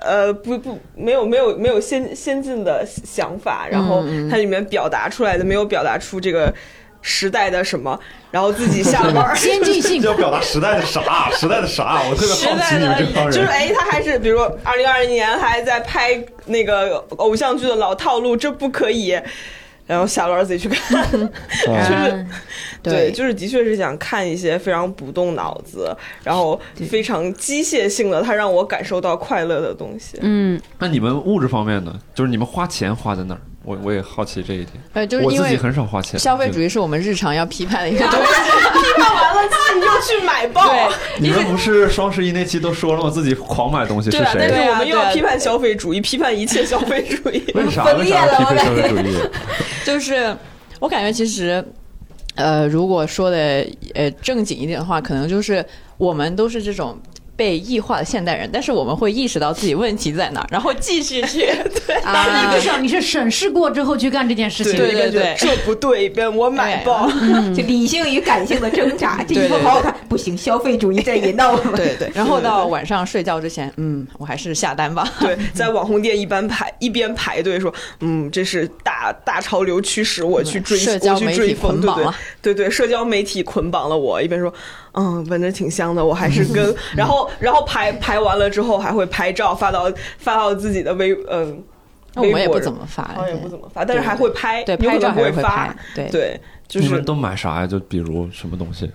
呃，不不，没有没有没有先先进的想法，然后嗯它里面表达出来的没有表达出这个时代的什么，然后自己下班 (laughs) 儿先进 (laughs) 性要表达时代的啥？时代的啥？我特别时好奇代你们这帮人。的，就是哎，他还是比如说二零二零年还在拍那个偶像剧的老套路，这不可以。然后下班自己去看，啊就是对，就是的确是想看一些非常不动脑子，然后非常机械性的，它让我感受到快乐的东西。嗯，那你们物质方面呢？就是你们花钱花在哪儿？我我也好奇这一点，呃，就是我因自己为很少花钱。消费主义，义是我们日常要批判的一个东西。批判完了自己又去买啊爆，对你们不是双十一那期都说了吗？自己狂买东西是对吧？但谁是？我们又对要啊对啊批判消费主义，批判一切消费主义。为啥分为裂啥了要批我评感消费主义？就是我感觉其实，呃，如果说的呃正经一点的话，可能就是我们都是这种。被异化的现代人，但是我们会意识到自己问题在哪儿，然后继续 (laughs) 去对啊但是你至少你是审视过之后去干这件事情。对对对对这不对，别我买爆。嗯就理性与感性的挣 (laughs) 扎，这衣服对对好好看，不行，消费主义在引导我们。嗯对对，然后到晚上睡觉之前，嗯，我还是下单吧。 (laughs) 对，在网红店一般排一边排队说，嗯，这是大大潮流驱使我去追，社交我去媒追体风，捆对绑对了，对对，社交媒体捆绑了我，一边说，嗯，闻着挺香的，我还是 (laughs) 跟，然后然后排排完了之后还会拍照发到发到自己的微嗯、那我们也不怎么发，好像哦也不对怎么发，但是还会拍，对，有拍可照能还不是会会发拍，，对，对，就你是们都买啥呀？就比如什么东西？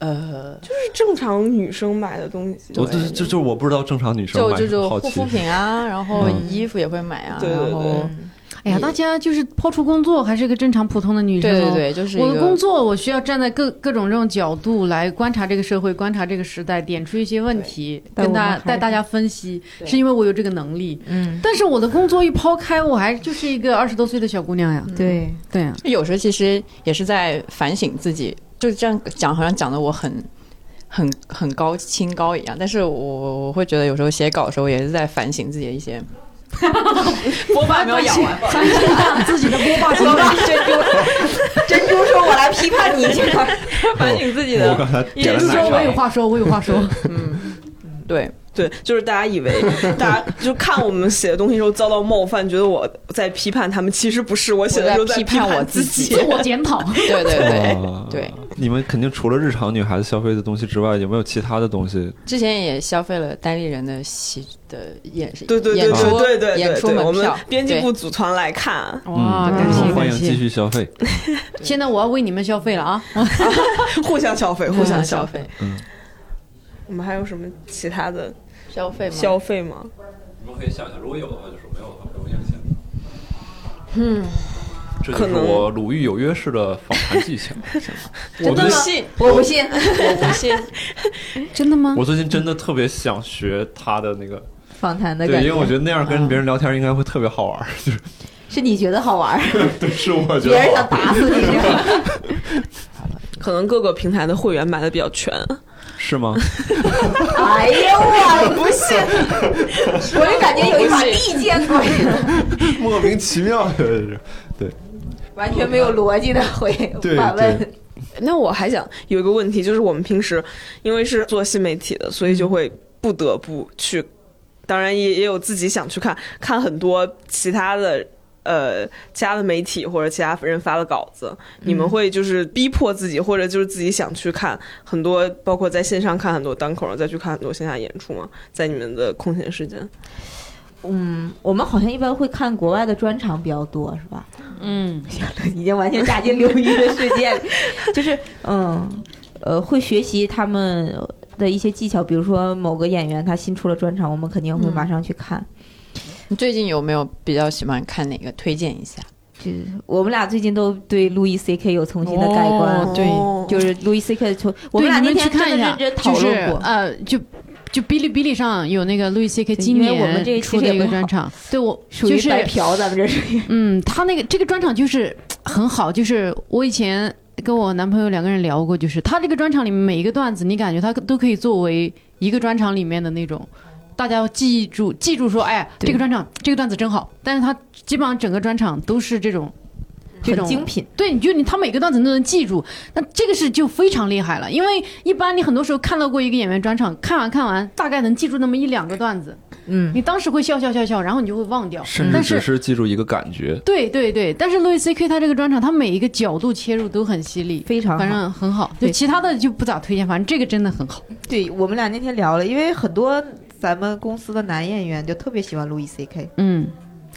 呃，正常女生买的东西，我就就就就我不知道正常女生就买就什么，就好护奇 (laughs) 肤。品啊，然后嗯衣服也会买啊，对对然后哎呀，大家就是抛出工作，还是一个正常普通的女生、对哦。对对，就是一我的个工作，我需要站在各各种这种角度来观察这个社会，观察这个时代，点出一些问题，对跟但我大们还带大家分析，是因为我有这个能力。嗯，但是我的工作一抛开，我还就是一个二十多岁的小姑娘呀。对，对啊呀、有时候其实也是在反省自己，就这样讲，好像讲的我很。很很高清高一样，但是我我会觉得有时候写稿的时候也是在反省自己的一 (laughs) 些，我把没 (laughs) 有养完，自己的波霸我把珍珠，珍珠说：“我来批判 (laughs) 你一下。反省自己 (laughs) 我的刚才点珍了奶珠说：“我有茶，话说，我有话说。对，对，就是大家以为 (laughs) 大家就看我们写的东西时候遭到冒犯，觉得我在批判他们，其实不是，我写的时候在批批判我自自己自我检讨。对对对啊对，你们肯定除了日常女孩子消费的东西之外，有没有其他的东西？之前也消费了单立人的喜的演对对对演对出对对演对出对，我门们票，编辑对部组团来看， (laughs) 啊 (laughs) 哇，嗯感谢欢感迎继谢！续消费。现在我要为你们消费了啊！互相消费，互互相相消消费。费我们还有什么其他的消费吗？消费吗？你们可以想想，如果有的话就说，没有的话不用影响。嗯，这可就是能我鲁豫有约式的访谈技 (laughs) 巧。我不信，我不信，我不信，真的吗？我最近真的特别想学他的那个，访谈的对，感因为我觉觉得那样跟别人聊天应该会特别好玩儿，就是是你觉得好玩儿， (laughs) 对，是我觉别人得好想玩儿，打死你。可能各个平台的会员买的比较全，是吗？哎呀，我不信， (laughs) 我就感觉有一把利剑鬼， (laughs) 莫名其妙的，就是完全没有逻辑的回对反对问。那我还想有一个问题，就是我们平时因为是做新媒体的，所以就会不得不去，当然也也有自己想去看看很多其他的呃其他的媒体或者其他人发的稿子，你们会就是逼迫自己，或者就是自己想去看很多，包括在线上看很多单口，再去看很多线下演出吗？在你们的空闲时间，嗯，我们好像一般会看国外的专场比较多，是吧？嗯， (laughs) 已经完全嫁进刘瑜的世界里， (laughs) 就是嗯，呃，会学习他们的一些技巧，比如说某个演员他新出了专场，我们肯定会马上去看。你最近有没有比较喜欢看哪个？推荐一下。就是我们俩最近都对路易 C K 有重新的改观，对就是路易 C K 从我们哦对俩你那去天看真一的下，认真就讨是论过。呃，就就哔哩哔哩上有那个 Louis C K 对今因为我们这一年期出的也一个不专好场，对我属就于是白嫖，咱们这是。嗯，他那个这个专场就是很好，就是我以前跟我男朋友两个人聊过，就是他这个专场里面每一个段子，你感觉他都可以作为一个专场里面的那种，大家要记住记住说，哎，对这个专场这个段子真好，但是他基本上整个专场都是这种。这很种精品，对，你就你他每个段子都能记住，那这个是就非常厉害了。因为一般你很多时候看到过一个演员专场，看完看完大概能记住那么一两个段子，嗯，你当时会笑笑笑笑，然后你就会忘掉。甚至但只是是记住一个感觉。对对对，但是 Louis C.K. 他这个专场，他每一个角度切入都很犀利，非常好反正很好。就对其他的就不咋推荐，反正这个真的很好。对我们俩那天聊了，因为很多咱们公司的男演员就特别喜欢路易 C K，嗯，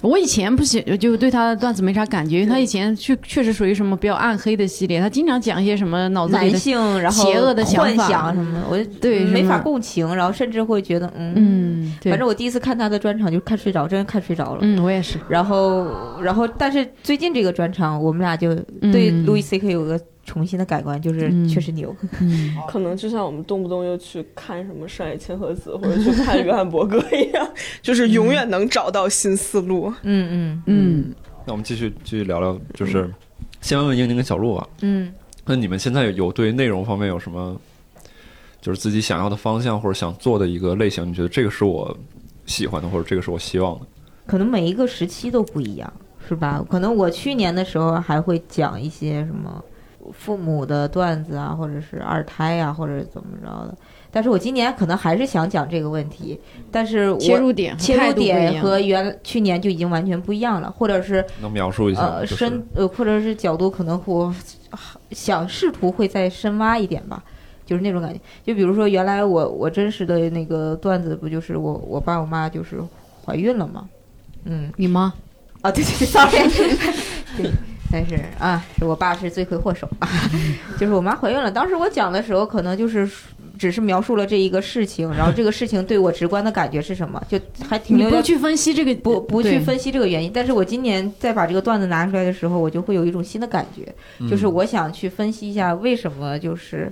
我以前不喜，就对他的段子没啥感觉，因为他以前确确实属于什么比较暗黑的系列，他经常讲一些什么脑子里男的。性然后邪恶的想幻法想什么的，我就对没什么法共情，然后甚至会觉得嗯，嗯，对，反正我第一次看他的专场就看睡着，真看睡着了。嗯，我也是。然后，然后，但是最近这个专场，我们俩就对嗯路易 C K 有个重新的改观，就是嗯确实牛。嗯，可能就像我们动不动又去看什么上野千鹤子或者去看约翰伯格一 (laughs) 样，就是永远能找到新思路。嗯嗯嗯，那我们继续继续聊聊，就是先问问英宁跟小鹿啊，嗯，那你们现在有对内容方面有什么，就是自己想要的方向或者想做的一个类型？你觉得这个是我喜欢的，或者这个是我希望的？可能每一个时期都不一样，是吧？可能我去年的时候还会讲一些什么父母的段子啊，或者是二胎啊，或者怎么着的。但是我今年可能还是想讲这个问题，但是我切入点和切态入度不一点样和原去年就已经完全不一样了，或者是能描述一下？呃就是深呃或者是角度可能我啊想试图会再深挖一点吧，就是那种感觉。就比如说原来我我真实的那个段子不就是我我爸我妈就是怀孕了嘛，嗯你吗？ (laughs) 啊对对对，sorry，对。但是啊，是我爸是罪魁祸首啊， (laughs) 就是我妈怀孕了。当时我讲的时候，可能就是只是描述了这一个事情，然后这个事情对我直观的感觉是什么，就还停你留在不去分析这个，不不去对，分析这个原因，但是我今年再把这个段子拿出来的时候，我就会有一种新的感觉，嗯就是我想去分析一下为什么就是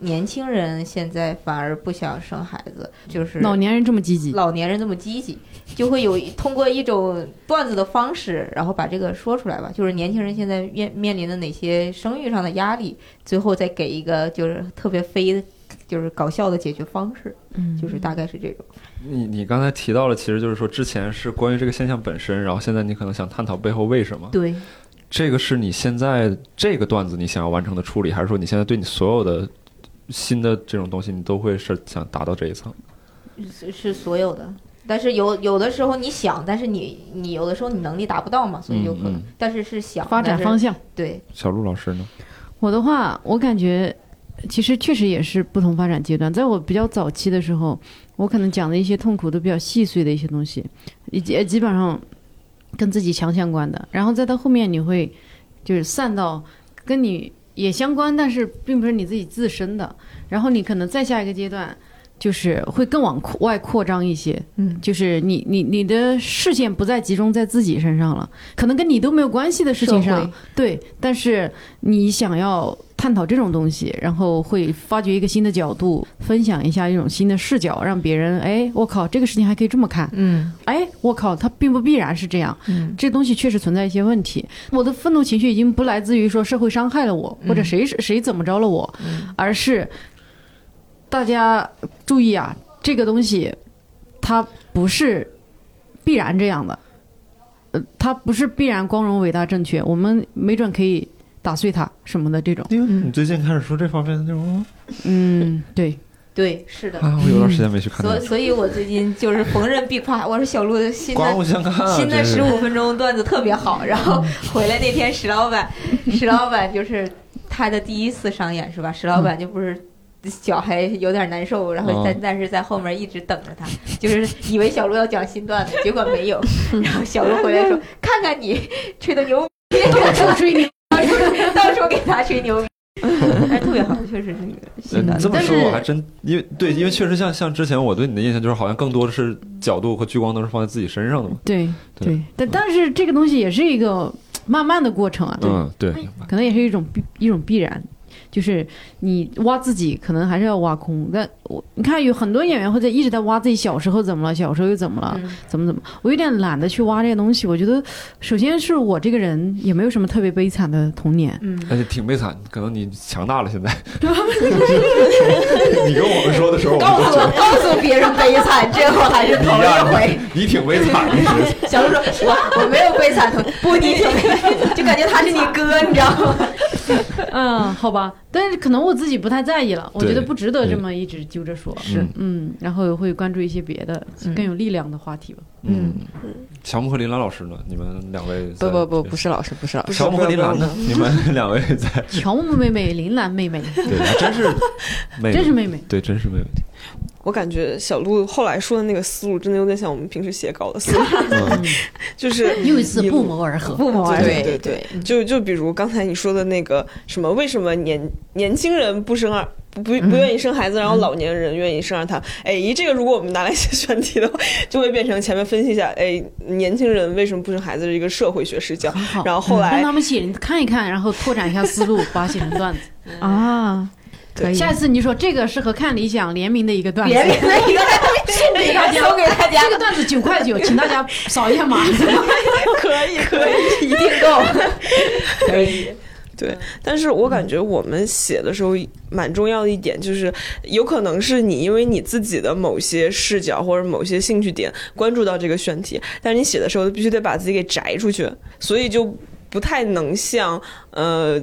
年轻人现在反而不想生孩子，就是老年人这么积极，老年人这么积极，就会有通过一种段子的方式，然后把这个说出来吧。就是年轻人现在面面临的哪些生育上的压力，最后再给一个就是特别飞，就是搞笑的解决方式，嗯就是大概是这种。你你刚才提到了，其实就是说之前是关于这个现象本身，然后现在你可能想探讨背后为什么。对，这个是你现在这个段子你想要完成的处理，还是说你现在对你所有的新的这种东西，你都会是想达到这一层？是是所有的。但是有有的时候你想，但是你你有的时候你能力达不到嘛，所以有可能。嗯嗯但是是想发展方向向。对，小鹿老师呢？我的话，我感觉其实确实也是不同发展阶段。在我比较早期的时候，我可能讲的一些痛苦都比较细碎的一些东西，以及基本上跟自己强相关的。然后再到后面，你会就是散到跟你也相关，但是并不是你自己自身的。然后你可能再下一个阶段。就是会更往扩外扩张一些，嗯就是你你你的视线不再集中在自己身上了，可能跟你都没有关系的事情上社会，对，但是你想要探讨这种东西，然后会发掘一个新的角度，分享一下一种新的视角，让别人哎，我靠，这个事情还可以这么看，嗯哎，我靠，它并不必然是这样，嗯这东西确实存在一些问题。我的愤怒情绪已经不来自于说社会伤害了我，或者谁谁怎么着了我，而是大家注意啊，这个东西它不是必然这样的，呃，它不是必然光荣、伟大、正确，我们没准可以打碎它什么的这种。因为嗯你最近开始说这方面的内容了嗯，对，对，是的。啊，我有段时间没去看所电以视，所以，我最近就是逢人必夸，我说小鹿的新刮的目相看啊！新的真是十五分钟段子特别好，然后 (laughs) 回来那天石老 (laughs) 板，石老板就是他的第一次上演是吧？石老板就不是。脚还有点难受，然后但、哦但是在后面一直等着他，就是以为小鹿要讲新段子，结果 (laughs) 没有。然后小鹿回 (laughs) 来说：“看看你吹的牛逼，到处吹牛， (laughs) 到处给他吹 (laughs) 牛逼，但是特别好，确实那个新嗯段这子。么但说是我还真因为对，因为确实像像之前我对你的印象就是好像更多的是角度和聚光灯是放在自己身上的嘛。对，对对，但但是这个东西也是一个慢慢的过程啊，嗯，对，可能也是一种必一种必然，就是你挖自己，可能还是要挖空。但我你看，有很多演员会在一直在挖自己小时候怎么了，小时候又怎么了，嗯怎么怎么。我有点懒得去挖这些东西。我觉得，首先是我这个人也没有什么特别悲惨的童年，嗯而且挺悲惨，可能你强大了现在。你跟我们说的时候，我们告都诉觉我，告诉别人悲惨，这我还是头你呀一 (laughs) 回。你挺悲 (laughs) 惨的。小鹿说：“我我没有悲惨的，不，你挺悲惨，就感觉他是你哥，你知道吗？ (laughs) 嗯，好吧。但是可能我自己不太在意了，我觉得对不值得对这么一直揪着说。是嗯，然后会关注一些别的更有力量的话题吧。 (laughs) 嗯，乔木和林兰老师呢？你们两位不在不不，不是老师，不是老师，乔木和林兰呢？你们 (laughs) 两位在乔木妹妹、林兰妹妹，对，还真是没真是妹妹。对，真是没问题。我感觉小鹿后来说的那个思路，真的有点像我们平时写稿的 (laughs) 思路，就是又一次不谋而合，不谋而对合。对对，就就比如刚才你说的那个什么，为什么年年轻人不生二？不不嗯不愿意生孩子，然后老年人愿意生二胎。哎，咦，这个如果我们拿来写选题的话， (laughs) 就会变成前面分析一下，哎，年轻人为什么不生孩子这一个社会学视角，好然后后让来他们写，你看一看，然后拓展一下思路，把它写成段子。啊，可以。下一次你说这个是和看理想联名的一个段子，别别那 (laughs) 个，给大家，送给大家这，个段子九块九，请大家扫一下码。可以可以一定够。可以，对，但是我感觉我们写的时候蛮重要的一点就是，有可能是你因为你自己的某些视角或者某些兴趣点关注到这个选题，但是你写的时候必须得把自己给摘出去，所以就不太能像呃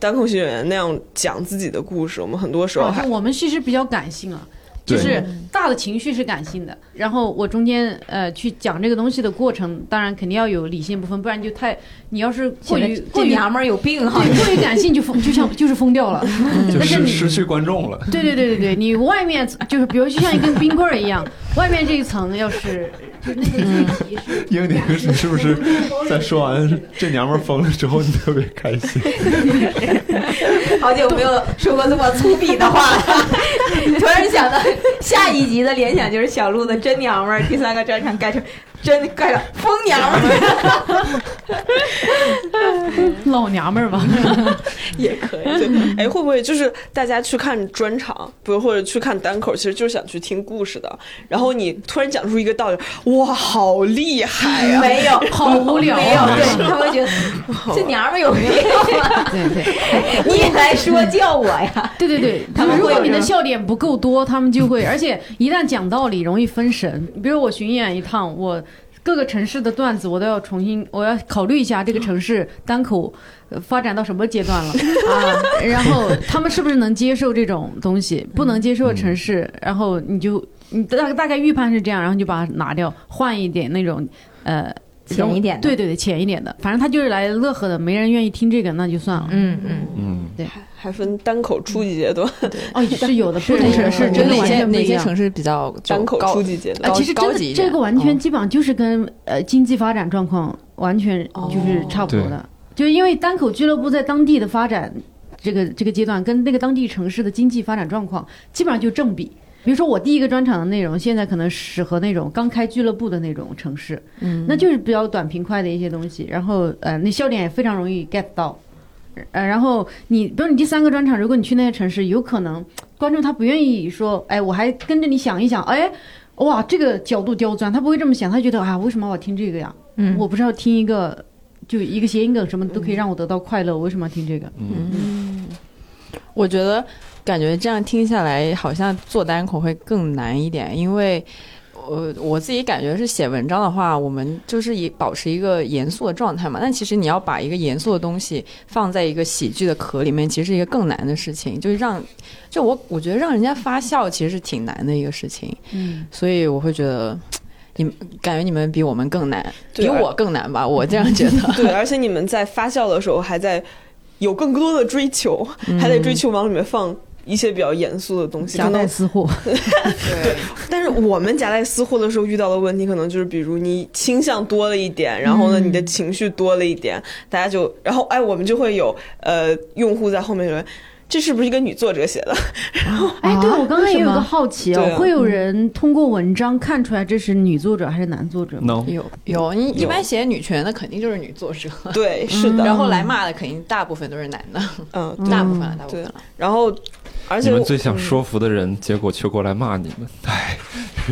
单口喜剧演员那样讲自己的故事。我们很多时候啊还我们其实比较感性啊，对就是大的情绪是感性的，然后我中间呃去讲这个东西的过程，当然肯定要有理性部分，不然就太你要是过于过这于娘们儿有病哈！对过于感性就疯，就像就是疯掉了。就但是失你失去观众了。对对对对对，你外面就是比如就像一根冰棍儿一样，外面这一层要是就是那个最皮是。英宁，你是不是 (laughs) 在说完这娘们儿疯了之后，你特别开心？好久没有说过这么粗鄙的话了。 (laughs) 突然想到下一集的联想就是小鹿的“真娘们儿”，第三个专场改成“真”，改成“疯娘们儿 (laughs) 老娘们儿吧， (laughs) 也可以。对，哎，会不会就是大家去看专场，不或者去看单口，其实就是想去听故事的。然后你突然讲出一个道理，哇，好厉害啊呀、”，没有，好无聊没有，啊！对他们觉得这娘们儿有病 (laughs) 吗？对对，你也来说教我呀？对对对，他们会如果有你这的种笑点不够多，他们就会，而且一旦讲道理容易分神。比如我巡演一趟，我各个城市的段子我都要重新，我要考虑一下这个城市单口呃发展到什么阶段了啊，然后他们是不是能接受这种东西，不能接受的城市，然后你就。你大大概预判是这样，然后你就把它拿掉，换一点那种呃浅一点的对对对，浅一点的，反正他就是来乐呵的，没人愿意听这个，那就算 (laughs) 了。嗯嗯， (laughs) 嗯，还还分单口初级阶段、哦，是有的，不哪同些城市就真的哪完些全不哪一些样。城市比较就单口高呃初级阶啊，段。高其实真高的级一点哦这个完全基本上就是跟、呃经济发展状况完全哦就是差不多的，就是因为单口俱乐部在当地的发展这个这个阶段，跟那个当地城市的经济发展状况基本上就正比。比如说我第一个专场的内容，现在可能适合那种刚开俱乐部的那种城市，嗯那就是比较短平快的一些东西，然后呃，那笑点也非常容易 get 到。呃，然后你，比如你第三个专场，如果你去那些城市，有可能观众他不愿意说，哎，我还跟着你想一想，哎，哇，这个角度刁钻，他不会这么想，他觉得啊，为什么我要听这个呀？嗯我不是要听一个，就一个谐音梗什么都可以让我得到快乐，我为什么要听这个？嗯，我觉得感觉这样听下来，好像做单口会更难一点，因为。我我自己感觉是写文章的话，我们就是以保持一个严肃的状态嘛。但其实你要把一个严肃的东西放在一个喜剧的壳里面，其实是一个更难的事情。就是让，就我我觉得让人家发笑其实是挺难的一个事情。嗯，所以我会觉得，你们感觉你们比我们更难，对比而我更难吧？我这样觉得。 (laughs) 对，而且你们在发酵的时候还在有更多的追求，还在追求往里面放一些比较严肃的东西。夹可带能，私货，但是我们夹带私货的时候遇到的问题，可能就是比如你倾向多了一点，然后呢，你的情绪多了一点，大家就，然后哎，我们就会有呃用户在后面说。这是不是一个女作者写的？哎，对我刚才为也有什个么好奇哦对，啊会有人通过文章看出来这是女作者还是男作者吗？嗯能有有，你一有般写女权的肯定就是女作者， (laughs) 对，是的，然后来骂的肯定大部分都是男的，嗯，对大部分了，大部分啊了。然后，而你且们我最想说服的人，结果却过来骂你们，哎，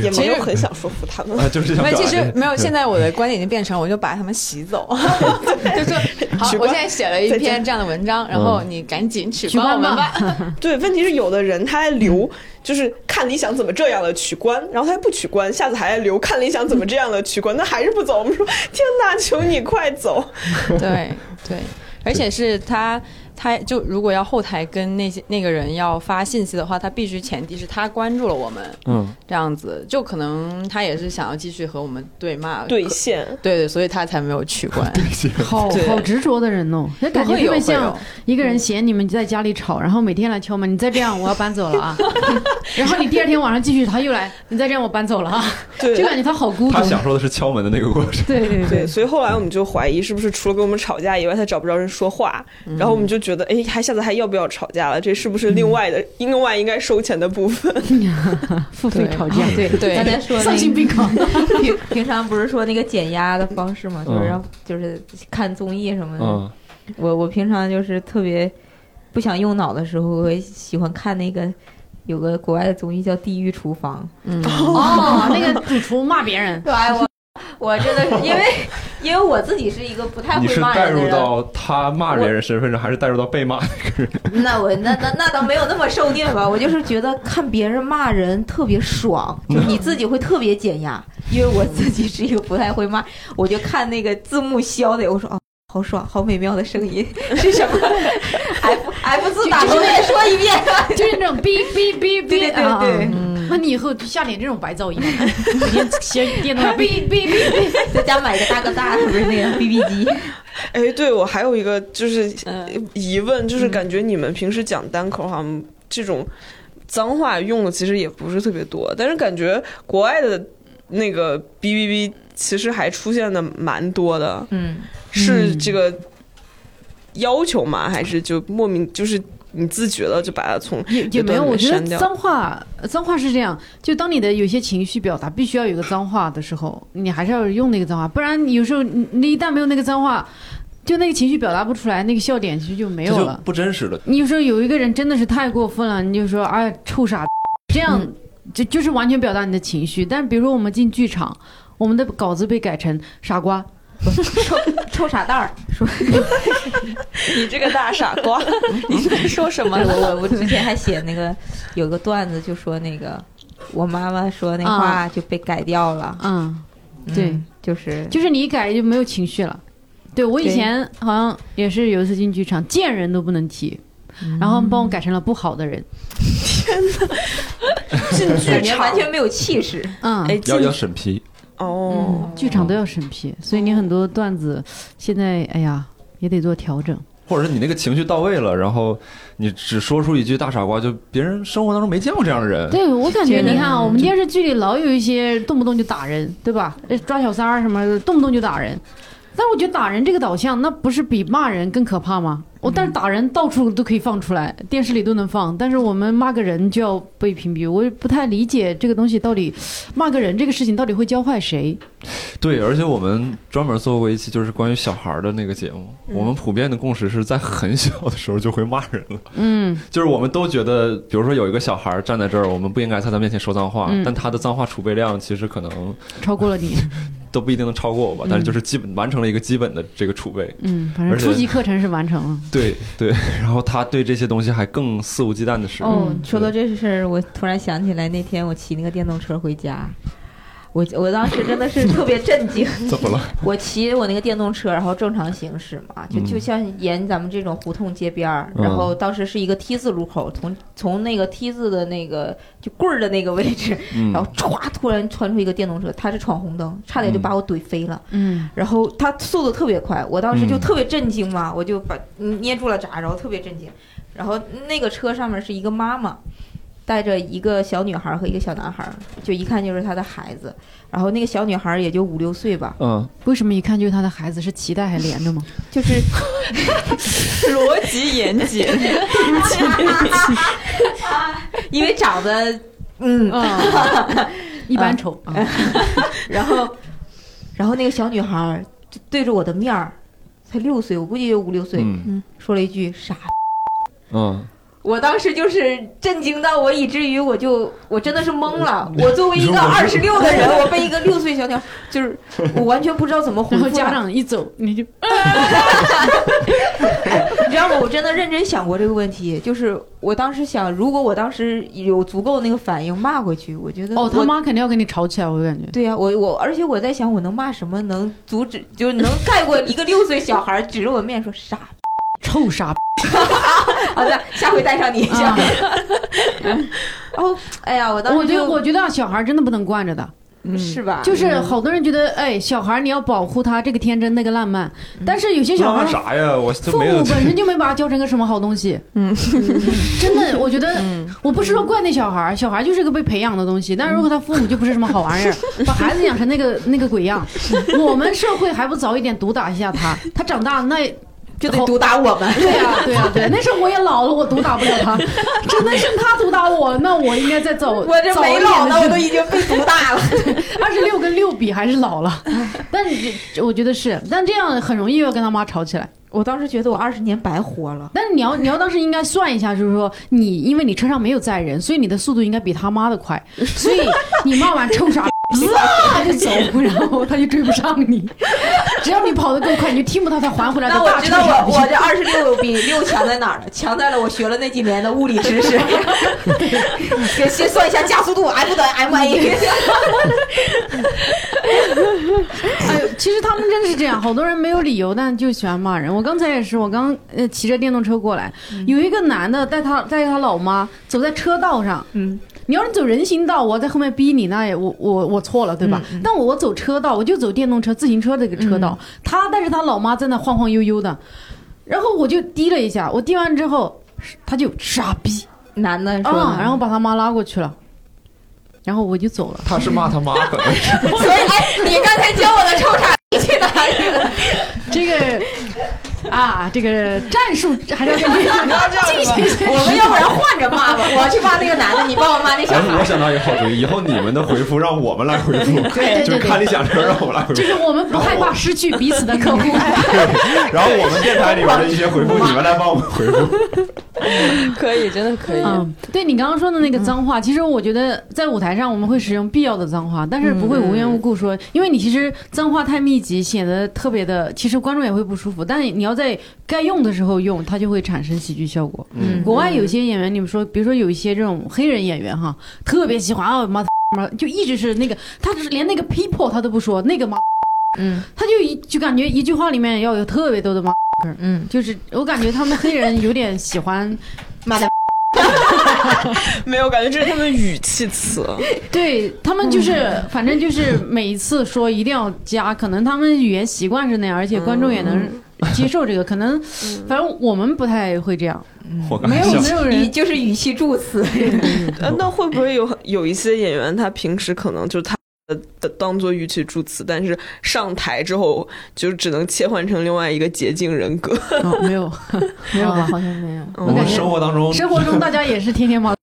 也没其有实很想说服他们。啊，就是想没有，表其达这实个没有。现对在我的观点已经变成，我就把他们 (laughs) 洗走，就说好取，关我现在写了一再见篇这样的文章，然后你赶紧取关我们吧。对，问题是有的人他还留，就是看理想怎么这样的取关，然后他还不取关，下次还留看理想怎么这样的取关，那还是不走。我们说天哪，求你快走！ (laughs) 对对，而且是他，他就如果要后台跟那些那个人要发信息的话，他必须前提是他关注了我们，嗯，这样子就可能他也是想要继续和我们对骂对可线，对对，所以他才没有取 (laughs) 关。好对好执着的人哦，那感觉会特有别会像有一个人嫌你们在家里吵，然后每天来敲门，你再这样我要搬走了啊。然后你第二天晚上继续，他又来，你再这样我搬走了啊，对就感觉他好孤独他。享受的是敲门的那个过程，对对对，对，所以后来我们就怀疑是不是除了跟我们吵架以外，他找不着人说话，然后我们就觉得，哎，还下次还要不要吵架了？这是不是另外的、另外应该收钱的部分？付费对吵架，对对刚才说那丧心病狂。个 (laughs) 平平常不是说那个减压的方式嘛，就是嗯让就是看综艺什么的，嗯，我我平常就是特别不想用脑的时候，我会喜欢看那个有个国外的综艺叫《地狱厨房 (laughs) 嗯，哦，那个主厨骂别人》。，对，哎我我真的是因为因为我自己是一个不太嗯你会是骂带人的入人，到他骂别人身份上，还是带入到被骂那个 (laughs) 人？那我那那那倒没有那么受虐吧，我就是觉得看别人骂人特别爽，就是你自己会特别减压，因为我自己是一个不太会骂，我就看那个字幕消的，我说哦。好爽，好美妙的声音是什么？F F 字打重点说一遍。就是那种哔哔哔对哔，对对啊对嗯那你以后就下点这种白噪音，每天写电脑哔哔哔哔。在家买个大哥大，不是那个 BB 机？哎，对我还有一个就是嗯疑问，就是感觉你们平时讲单口好像这种脏话用的其实也不是特别多，但是感觉国外的那个哔哔哔其实还出现的蛮多的，嗯，是这个要求吗？还是就莫名就是你自觉的就把它从也也没有有，我段时觉间得删掉脏话，脏话是这样，就当你的有些情绪表达必须要有个脏话的时候，你还是要用那个脏话，不然你有时候你你一旦没有那个脏话，就那个情绪表达不出来，那个笑点其实就没这有就了。不真实了。你有时候有一个人真的是太过分了，你就说哎臭傻逼，这样就就是完全表达你的情绪。但比如说我们进剧场，我们的稿子被改成傻瓜，臭臭傻蛋 (laughs) 儿，说你这个大傻瓜，你在说什么我我我之前还写那个有个段子，就说那个我妈妈说那话就被改掉了，嗯。嗯啊对，就是就是你一改就没有情绪了。对我以对前好像也是有一次进剧场，见人都不能提，然后帮我改成了不好的人。进剧感觉场完全没有气势。嗯，哎要进要审批，嗯嗯哦，剧场都要审批，所以你很多段子现在哎呀也得做调整。或者是你那个情绪到位了，然后你只说出一句大傻瓜，就别人生活当中没见过这样的人。对我感觉，这个你看啊，我们电视剧里老有一些动不动就打人，对吧？呃抓小三儿什么的，动不动就打人。但我觉得打人这个导向，那不是比骂人更可怕吗？我但是打人到处都可以放出来，电视里都能放，但是我们骂个人就要被屏蔽，我也不太理解这个东西到底，骂个人这个事情到底会教坏谁？对，而且我们专门做过一期就是关于小孩儿的那个节目，嗯我们普遍的共识是在很小的时候就会骂人了。嗯，就是我们都觉得，比如说有一个小孩儿站在这儿，我们不应该在他面前说脏话，嗯但他的脏话储备量其实可能超过了你，都不一定能超过我吧，但是就是基本完成了一个基本的这个储备。 (laughs) 嗯，反正而且初级课程是完成了。对对，然后他对这些东西还更肆无忌惮的使用。哦，说到这事儿，我突然想起来，那天我骑那个电动车回家，我我当时真的是特别震惊。 (laughs) 怎么了？我骑我那个电动车，然后正常行驶嘛，就嗯就像沿咱们这种胡同街边儿，嗯然后当时是一个 T 字路口，从从那个 T 字的那个就棍儿的那个位置，嗯哦然后歘突然窜出一个电动车，他是闯红灯，差点就把我怼飞了。嗯，然后他速度特别快，我当时就嗯特别震惊嘛，我就把捏住了闸，然后特别震惊。然后那个车上面是一个妈妈，带着一个小女孩和一个小男孩，就一看就是他的孩子。然后那个小女孩也就五六岁 (laughs) 吧，嗯，为什么一看就是他的孩子是脐带还连着吗？就是逻辑严 (laughs) 谨，因为长得嗯，一般丑啊，然后然后那个小女孩就对着我的面儿，才六岁，我估计有五六岁，嗯说了一句傻嗯，我当时就是震惊到我，以至于我就我真的是懵了。我作为一你个说我二是十六的人，我被一个六岁小鸟，就是我完全不知道怎么回 (laughs) 复啊然 (laughs) 后了。家长一走你就你知道吗？我真的认真想过这个问题，就是我当时想，如果我当时有足够那个反应骂回去，我觉得哦，他我妈肯定要跟你吵起来，我感觉。对呀、我我而且我在想，我能骂什么能阻止，就是能盖过一个六岁小孩指着我面说傻。臭傻逼， (laughs) 好的，下回带上你一下。啊哦，哎呀，我当我时觉得就啊嗯我觉得啊小孩儿真的不能惯着的，是吧？就是好多人觉得，哎，小孩儿你要保护他这个天真那个烂漫，嗯但是有些小孩骂儿啥呀？我父这没有母本身就没把他教成个什么好东西。嗯，真的，我觉得嗯我不是说怪那小孩儿，小孩儿就是个被培养的东西，但是如果他父母就不是什么 (laughs) 好玩意儿，把孩子养成那个那个鬼样，我们社会还不早一点毒打一下他，他长大那就得毒打我们。对呀、对呀、对，那时候我也老了，我毒打不了他，真的是他毒打我，那我应该再走，我这早一没点老呢，的我都已 (laughs) 经被毒大了。 (laughs) 二十六跟六比还是 (laughs) 老了，但是这我觉得是，但这样很容易要跟他妈吵起来。我当时觉得我二十年白活了。但是你要你要当时应该算一下，就是说你因为你车上没有载人，所以你的速度应该比他妈的快，所以你骂完臭 (laughs) 傻。啊就走，然后他就追不上你。只要你跑得够快，你就听不到他还回来的那我大知臭道傻我逼。我这二十六比六强在哪儿了？强在了我学了那几年的物理知 (laughs) 识。先先算一下加速度，F 等于 (laughs) ma。 (laughs) 哎呦，其实他们真的是这样，好多人没有理由，但就喜欢骂人。我刚才也是，我刚呃骑着电动车过来，嗯有一个男的带他带他老妈走在车道上，嗯，你要是走人行道，我在后面逼你，那也我我我错了，对吧？嗯但我我走车道，我就走电动车、自行车这个车道，他带着他老妈在那晃晃悠悠的，然后我就滴了一下，我滴完之后，他就傻逼男的说啊的，，然后把他妈拉过去了，然后我就走了。他是骂他妈，可能是所以哎，你刚才教我的臭 (laughs) 傻逼去哪里了？ (laughs) 这个啊，这个战术还是要根据进行一些我们要不然换着骂吧，我去骂那个男的，你帮我骂那小哎，我孩。想到一个好主意，以后你们的回复让我们来回复，对对就是对看理想车让我们来回复就，是我们不害怕失去彼此的客户，然后我们电台里边的一些回复，你们来帮我们回复。可以，真的可以。嗯，对你刚刚说的那个脏话，其实我觉得在舞台上我们会使用必要的脏话，但是不会无缘无故说，因为你其实脏话太密集，显得特别的，其实观众也会不舒服。但你要在该用的时候用，它就会产生喜剧效果。嗯国外有些演员，你们说，比如说有一些这种黑人演员哈，特别喜欢啊妈妈，就一直是那个，他就是连那个 people 他都不说，那个妈，嗯，他就一就感觉一句话里面要有特别多的妈。儿嗯，就是我感觉他们黑人有点喜欢， (laughs) 妈的，没有感觉，这是他们语气词。对他们嗯就是，反正就是每一次说一定要加，可能他们语言习惯是那样，而且观众也嗯能接受这个。可能反正我们不太会这样，我刚没才有想没有嗯语人就是语气助 (laughs) 词，呃，那会不会有有一些演员，他平时可能就他的当做语气助词，但是上台之后就只能切换成另外一个捷径人格？哦没有没有吧？好像没有。嗯我感们觉生活当哦中，生活中大家也是天天骂，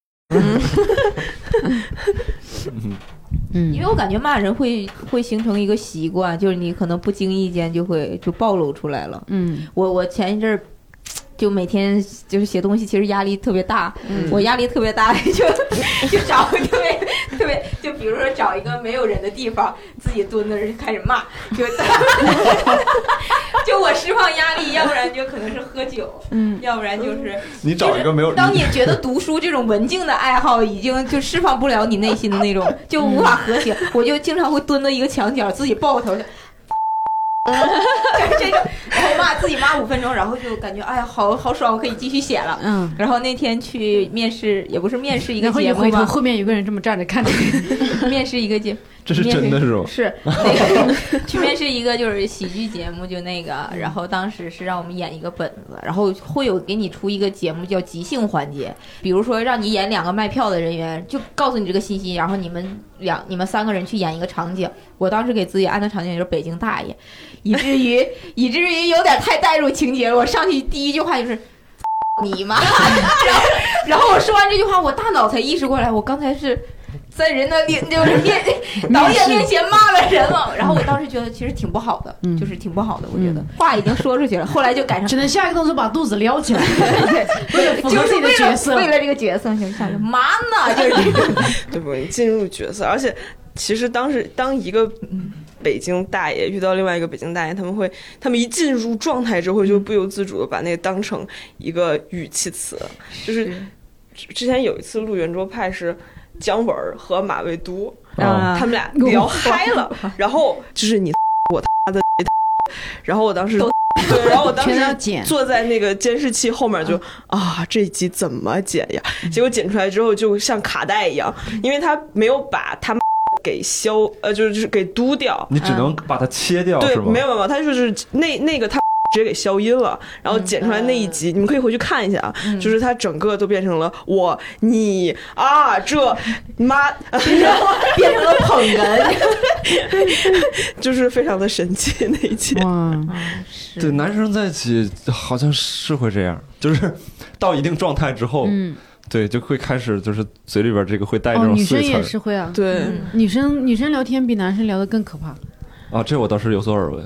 嗯因为我感觉骂人会会形成一个习惯，就是你可能不经意间就会就暴露出来了。嗯我我前一阵儿就每天就是写东西，其实压力特别大，我压力特别大， (laughs) 就就找个特别特别，就比如说找一个没有人的地方，自己蹲那儿就开始骂，就 (laughs) 就我释放压力，要不然就可能是喝酒，嗯，要不然就是你找一个没有，当你觉得读书这种文静的爱好已经就释放不了你内心的那种， (laughs) 就无法和谐，嗯我就经常会蹲到一个墙角，自己抱个头， (laughs) 就就是这种，然后骂自己骂五分钟，然后就感觉哎呀，好好爽，我可以继续写了。嗯。然后那天去面试，也不是面试一个然后一节目回头，吗？后面有个人这么站着看着你，面试一个节这是真的是吗？是那 (laughs) 个去面试一个就是喜剧节目，就那个，然后当时是让我们演一个本子，然后会有给你出一个节目叫即兴环节，比如说让你演两个卖票的人员，就告诉你这个信息，然后你们两你们三个人去演一个场景。我当时给自己安的场景就是北京大爷，以至于以至于有点太带入情节了，我上去第一句话就是。你妈！ (laughs) 然后，然后我说完这句话，我大脑才意识过来，我刚才是在人的面，就是面导演面前骂了人了。然后我当时觉得其实挺不好的，嗯就是挺不好的。我觉得嗯话已经说出去了，后来就改成 (laughs) 只能下一个动作把肚子撩 (laughs) 起来，为了符就合是自己的为角了色。为了这个角色就下去嘛呢，就是这种 (laughs) 对不？你进入角色，而且其实当时当一个北京大爷遇到另外一个北京大爷，他们会，他们一进入状态之后，就不由自主的把那个当成一个语气词。就是之之前有一次录圆桌派是姜文儿和马未都，啊，他们俩聊嗨了，然后就是你我他的，然后我当时都对，然后我当全都要时剪，坐在那个监视器后面就啊，这一集怎么剪呀？结果剪出来之后就像卡带一样，因为他没有把他们给消呃，就是就是给嘟掉，你只啊能把它切掉对，是吗没？有办法，他就是那那个他直接给消音了，然后剪出来那一嗯集，你们可以回去看一下啊，就是他整个都变成了我你啊这 (laughs) 妈，然后变成了捧哏。 (laughs) 就是非常的神奇那一集。嗯哇，对，男生在一起好像是会这样，就是到一定状态之后，嗯，对，就会开始就是嘴里边这个会带这哦，种女生碎也词是会啊，对，女生女生聊天比男生聊的更可 (laughs) 怕。儿啊，这我倒是有所 (laughs) 耳闻，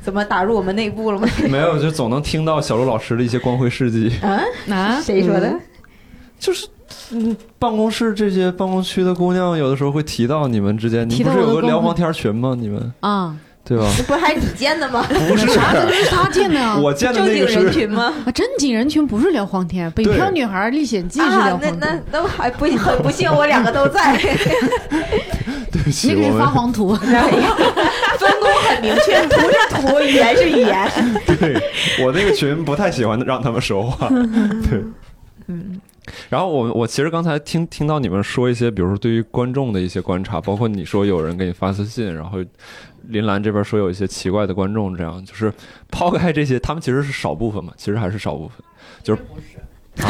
怎么打入我们内部了 (laughs) 吗？没有，就总能听到小陆老师的一些光辉事迹，啊，谁说的？就是。嗯，办公室这些办公区的姑娘，有的时候会提到你们之间，你提不到是我有个的光聊辉黄天群吗？你们啊，对吧？这不还你建的 (laughs) 吗？不是，是他建的 (laughs) 啊。我见的正那经个人是群吗？啊，正经人群不是聊黄天，《北对漂女孩历险记》是啊聊，那黄那天，那还不很不幸，我两个都 (laughs) 在， (laughs) 对不起，那个我是们发黄图。 (laughs) 分工很明确，图是图，语言是语言。对 (laughs) 我那个群不太喜欢让他们说话，对，嗯。然后我我其实刚才听听到你们说一些，比如说对于观众的一些观察，包括你说有人给你发私信，然后 (laughs) 林兰这边说有一些奇怪的观众，这样就是抛开这些，他们其实是少部分嘛，其实还是少部分，就是嗯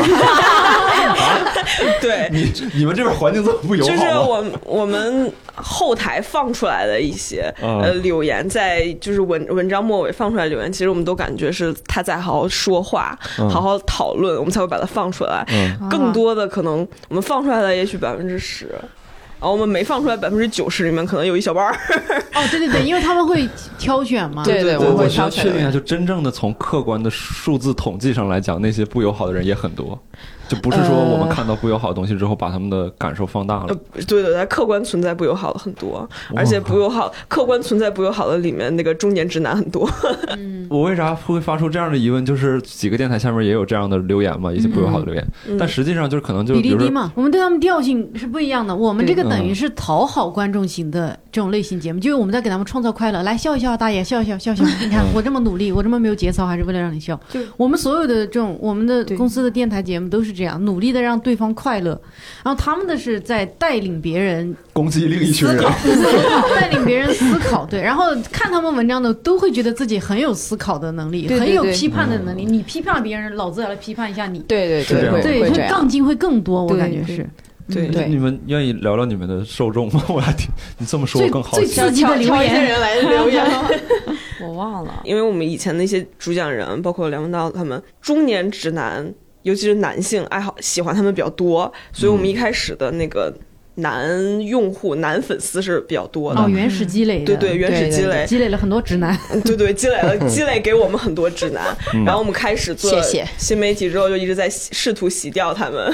对，哎你你们这边环境这么不友就是好吗？我们我们后台放出来的一些、嗯呃留言，在就是文文章末尾放出来的留言，其实我们都感觉是他在好好说话，嗯好好讨论，我们才会把它放出来。嗯，更多的可能我们放出来的也许百分之十，然后我们没放出来百分之九十里面可能有一小半儿。 (laughs) 哦，对对对，因为他们会挑选嘛。对对，对，会我需挑要选确定一下，就真正的从客观的数字统计上来讲，那些不友好的人也很多，就不是说我们看到不友好的东西之后，把他们的感受放大了呃。，对对对，客观存在不友好的很多，而且不友好客观存在不友好的里面那个中年直男很多。 (laughs) 我为啥会发出这样的疑问？就是几个电台下面也有这样的留言嘛，一些不友好的留言，但实际上就是可能就比比例如低说。嘛，我们对他们调性是不一样的。我们这个对嗯等于是讨好观众型的这种类型节目，就是我们在给他们创造快乐。来笑一笑，大爷笑一笑，笑 (laughs) 一笑。你嗯看我这么努力，我这么没有节操，还是为了让你笑就。我们所有的这种我们的对公司的电台节目都是这样，努力的让对方快乐。然后他们的是在带领别人攻击另一群思人考，带领别人思 (laughs) 考，对。然后看他们文章的都会觉得自己很有思考的能力，对对很有对批判的能力。你批判别人，老子也来批判一下你。对对是这对，样会的对，会这会样。杠精会更多，我对感觉对是。对对你们愿意聊聊你们的受众吗？ (laughs) 我还挺，你这么说我最更好最奇。刺激的留挑一些言，人来留言，我忘了，因为我们以前那些主讲人，包括梁文道他们，中年直男，尤其是男性爱好喜欢他们比较多，所以我们一开始的那个男用户、男粉丝是比较多的。哦，原始积累的，对对，原始积累，积累了很多直男， (laughs) (laughs) 对对，积累 (laughs) 了，积累给我们很多指南。然后我们开始做谢谢新媒体之后，就一直在洗试图洗掉他 (laughs) 们。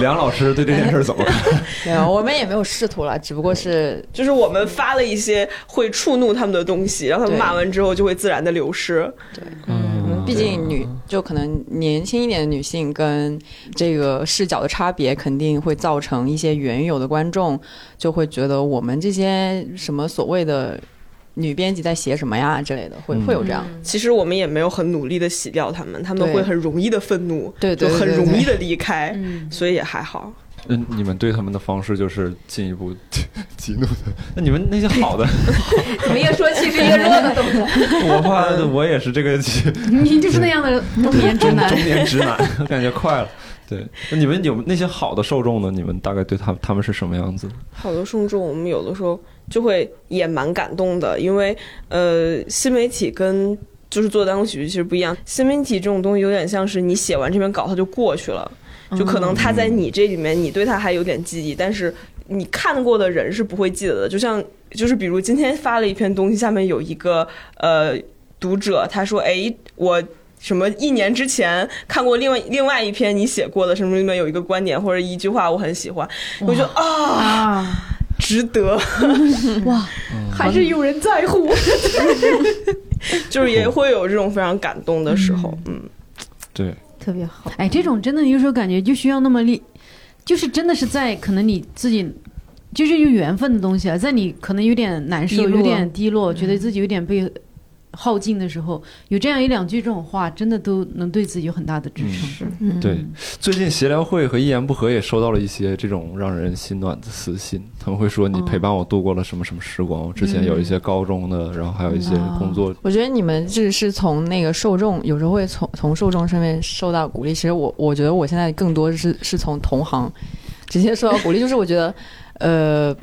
梁老师对这件事儿怎么看？没有，我们也没有试图了，只不过是就是我们发了一些会触怒他们的东西，然后他们对骂完之后就会自然的流失。嗯嗯，毕竟女就可能年轻一点的女性跟这个视角的差别，肯定会造成一些原有的观众就会觉得我们这些什么所谓的女编辑在写什么呀之类的，会嗯会有这样。其实我们也没有很努力的洗掉他们，他们对会很容易的愤怒，对对就对很对容对易的离开，嗯，所以也还好。嗯，你们对他们的方式就是进一步 (laughs) 激怒他。那你们那些好的，怎么越说其实越热的东西。我怕我也是这 (laughs) 个中你就是那样的中年直男 (laughs) 中。年直男，我 (laughs) 感觉快了。对，那你们有那些好的受众呢？你们大概对他他们是什么样子？好多受众，我们有的时候就会也蛮感动的，因为呃，新媒体跟就是做单口喜剧其实不一样。新媒体这种东西有点像是你写完这篇稿，它就过去了，就可能它在你这里面，你对它还有点记忆，但是你看过的人是不会记得的。就像就是比如今天发了一篇东西，下面有一个呃读者他说：“哎，我。”什么？一年之前看过另外另外一篇你写过的什么里面有一个观点或者一句话我很喜欢，我就啊，啊，值得，哇，还是有人在乎，就是也会有这种非常感动的时候，嗯，对，特别好，哎，这种真的有时候感觉就需要那么力，就是真的是在可能你自己。就是有缘分的东西啊，在你可能有点难受、低落有点低落，嗯觉得自己有点被耗尽的时候，有这样一两句这种话，真的都能对自己有很大的支嗯撑。对，最近协聊会和一言不合也收到了一些这种让人心暖的私信，他们会说你陪伴我度过了什么什么时光。之前有一些高中的，然后还有一些嗯工 (laughs) 作，我觉得你们这是从那个受众，有时候会从从受众身边受到鼓励。其实我我觉得我现在更多是是从同行直接受到鼓励，就是我觉得， (laughs) 呃，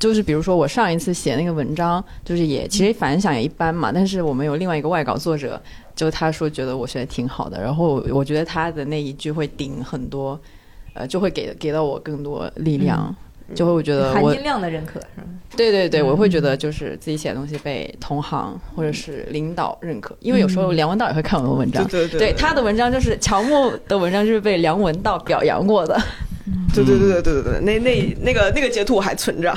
就是比如说我上一次写那个文章，就是也其实反响也一般嘛，但是我们有另外一个外稿作者，就他说觉得我写的挺好的，然后我觉得他的那一句会顶很多，呃，就会给给到我更多力量，就会我觉得含呃我金量的认可是吗？对对对，我会觉得就是自己写的东西被同行或者是领导认可，因为有时候梁文道也会看我的文章。对对嗯对他的文章就是乔木的文章就是被梁文道表扬过的，对对对对对对，那那那个那个截图我还存着，